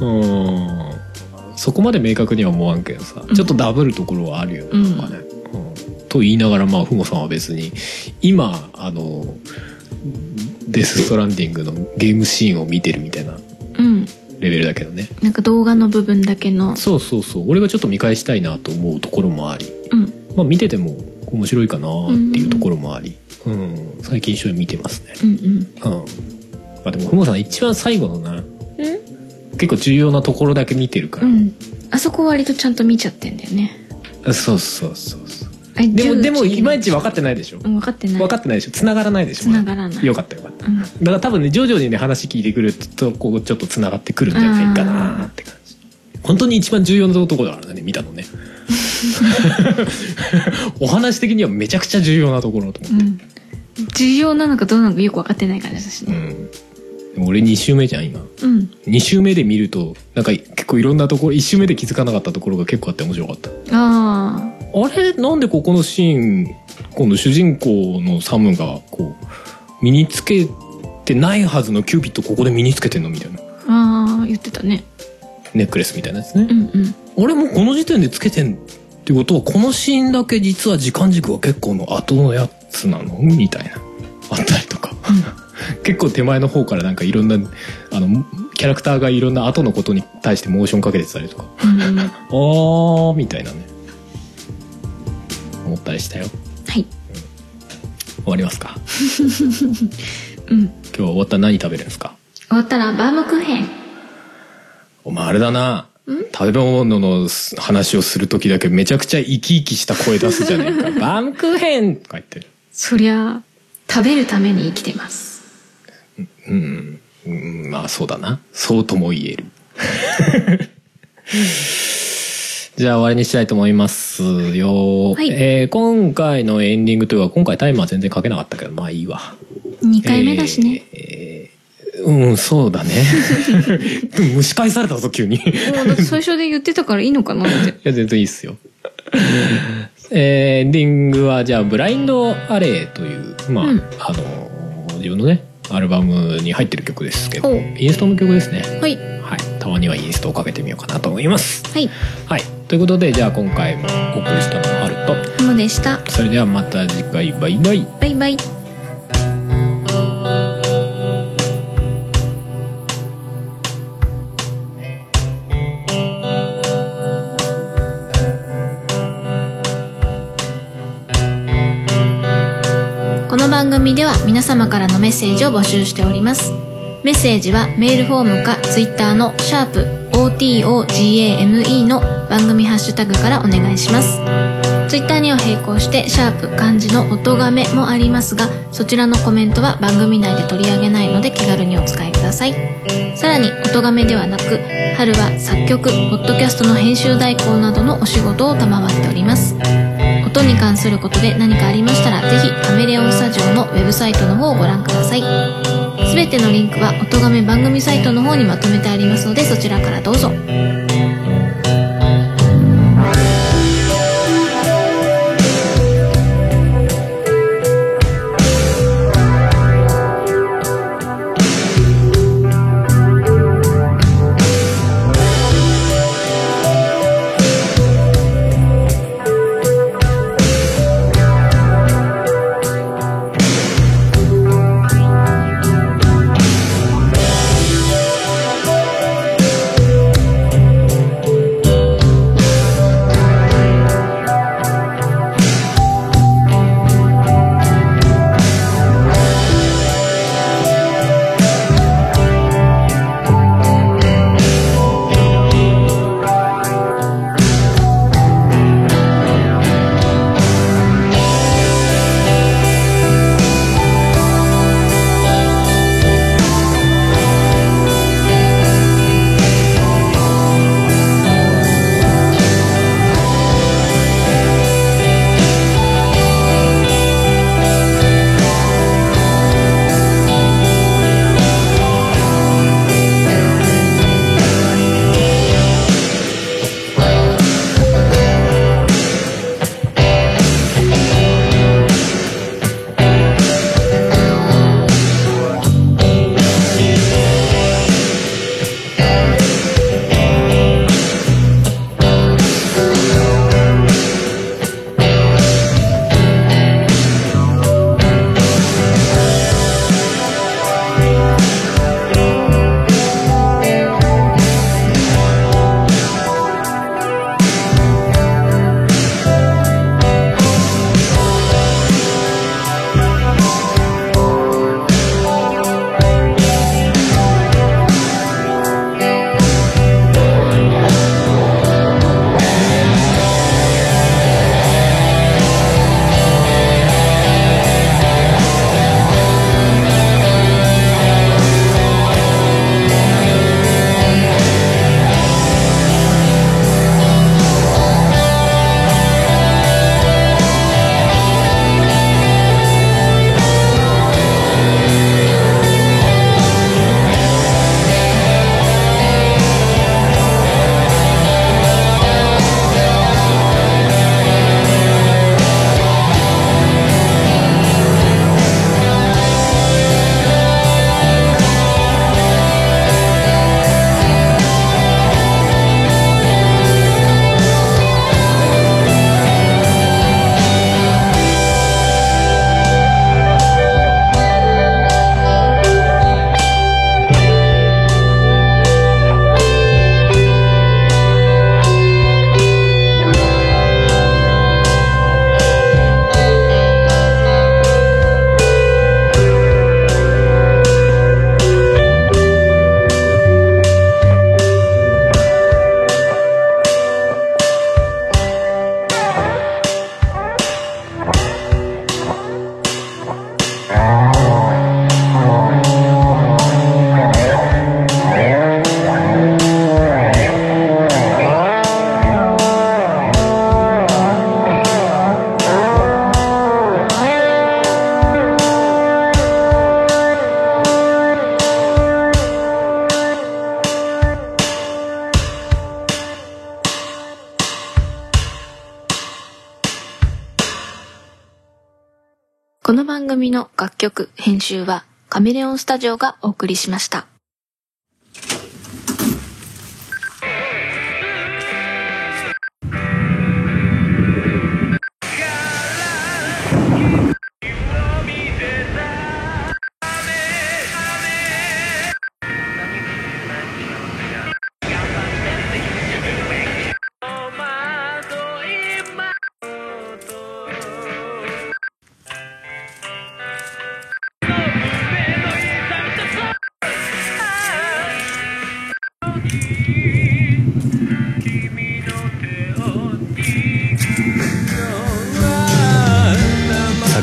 Speaker 1: うんそこまで明確には思わんけどさ
Speaker 2: うん
Speaker 1: ちょっとダブるところはあるよね、
Speaker 2: うん
Speaker 1: なんかねうんと言いながらまあふもさんは別に今あのデス・ストランディングのゲームシーンを見てるみたいな
Speaker 2: うん
Speaker 1: レベルだけどね
Speaker 2: なんか動画の部分だけの
Speaker 1: そうそうそう俺がちょっと見返したいなと思うところもあり
Speaker 2: うん
Speaker 1: まあ見てても面白いかなっていうところもあり、うん最近一緒に見てますね
Speaker 2: うんうん
Speaker 1: うんまあでもふもさん一番最後のな
Speaker 2: うん
Speaker 1: 結構重要なところだけ見てるから、
Speaker 2: うんあそこ割とちゃんと見ちゃってんだよね
Speaker 1: そうそうそうそう
Speaker 2: あ
Speaker 1: で
Speaker 2: 銃
Speaker 1: もでも
Speaker 2: 撃
Speaker 1: いまいち分かってないでしょ
Speaker 2: うん分かってない
Speaker 1: 分かってないでしょ繋がらないでしょ
Speaker 2: 繋がらない
Speaker 1: よかったよかった
Speaker 2: うん
Speaker 1: だから多分ね徐々にね話聞いてくるとこうちょっと繋がってくるんじゃないかなって感じ本当に一番重要なところだからね見たの ねお話的にはめちゃくちゃ重要なところだと思って
Speaker 2: うん重要なのかどうなのかよく分かってない感じだし
Speaker 1: う
Speaker 2: ね
Speaker 1: ん、でも俺2周目じゃん今
Speaker 2: うん
Speaker 1: 2周目で見るとなんか結構いろんなところ1周目で気づかなかったところが結構あって面白かった
Speaker 2: あ
Speaker 1: あれなんでここのシーン今度主人公のサムがこう身につけてないはずのキューピットここで身につけてんのみたいな
Speaker 2: ーあー言ってたね
Speaker 1: ネックレスみたいなやつね
Speaker 2: う、んうん
Speaker 1: 俺もうこの時点でつけてんってことはこのシーンだけ実は時間軸は結構の後のやつなのみたいなあったりとか結構手前の方からなんかいろんなあのキャラクターがいろんな後のことに対してモーションかけてたりとか
Speaker 2: う んうんは
Speaker 1: あーみたいなね思ったりしたよ
Speaker 2: い
Speaker 1: 終わりますか
Speaker 2: うん
Speaker 1: 今日は終わったら何食べるんですか
Speaker 2: 終わったらバームクーヘン
Speaker 1: お前あれだな食べ物の話をする時だけめちゃくちゃ生き生きした声出すじゃね えかバームクーヘンとか言ってる
Speaker 2: そりゃ食べるために生きてます
Speaker 1: うん、うん、まあそうだなそうとも言える じゃあ終わりにしたいと思いますよ、
Speaker 2: はい
Speaker 1: えー今回のエンディングというか今回タイムは全然かけなかったけどまあいいわ
Speaker 2: 2回目だしね、
Speaker 1: えーえーうんそうだね でも蒸し返されたぞ急に
Speaker 2: もうだって最初で言ってたからいいのかなって
Speaker 1: いや、全然いいっすよ。えーエンディングは、じゃあ、ブラインドアレイという、まあ、
Speaker 2: うん
Speaker 1: あのー、自分のね、アルバムに入ってる曲ですけど、
Speaker 2: お
Speaker 1: インストの曲ですね。
Speaker 2: はい
Speaker 1: はい。たまにはインストをかけてみようかなと思います。
Speaker 2: はい
Speaker 1: はい。ということで、じゃあ、今回もお送りしたのはハル
Speaker 2: ハモでした
Speaker 1: と、それではまた次回、バイバイ。
Speaker 2: バイバイこの番組では皆様からのメッセージを募集しておりますメッセージはメールフォームかツイッターのシャープ o t o g a m e の番組ハッシュタグからお願いしますツイッターには並行して、シャープ漢字の音がめもありますが、そちらのコメントは番組内で取り上げないので気軽にお使いください。さらに、音がめではなく、春は作曲、ポッドキャストの編集代行などのお仕事を賜っております。音に関することで何かありましたら、ぜひカメレオンスタジオのウェブサイトの方をご覧ください。すべてのリンクは音がめ番組サイトの方にまとめてありますので、そちらからどうぞ。この番組の楽曲、編集はカメレオンスタジオがお送りしました。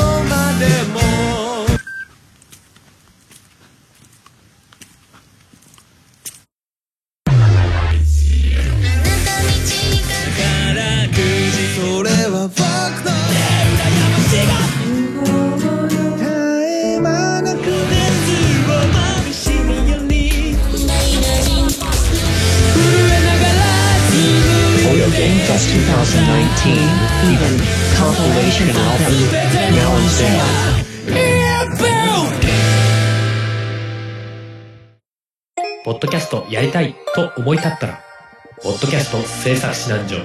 Speaker 3: こまでも宝くじそれは僕の羨ましが絶え間なく熱をまぶしみより震えながら紡ぐ
Speaker 4: Oyo Game Fest 2019 Even Compilation Album Now on sale
Speaker 3: Boom!
Speaker 1: ポッドキャストやりたいと思い立ったら「ポッドキャスト制作指南所」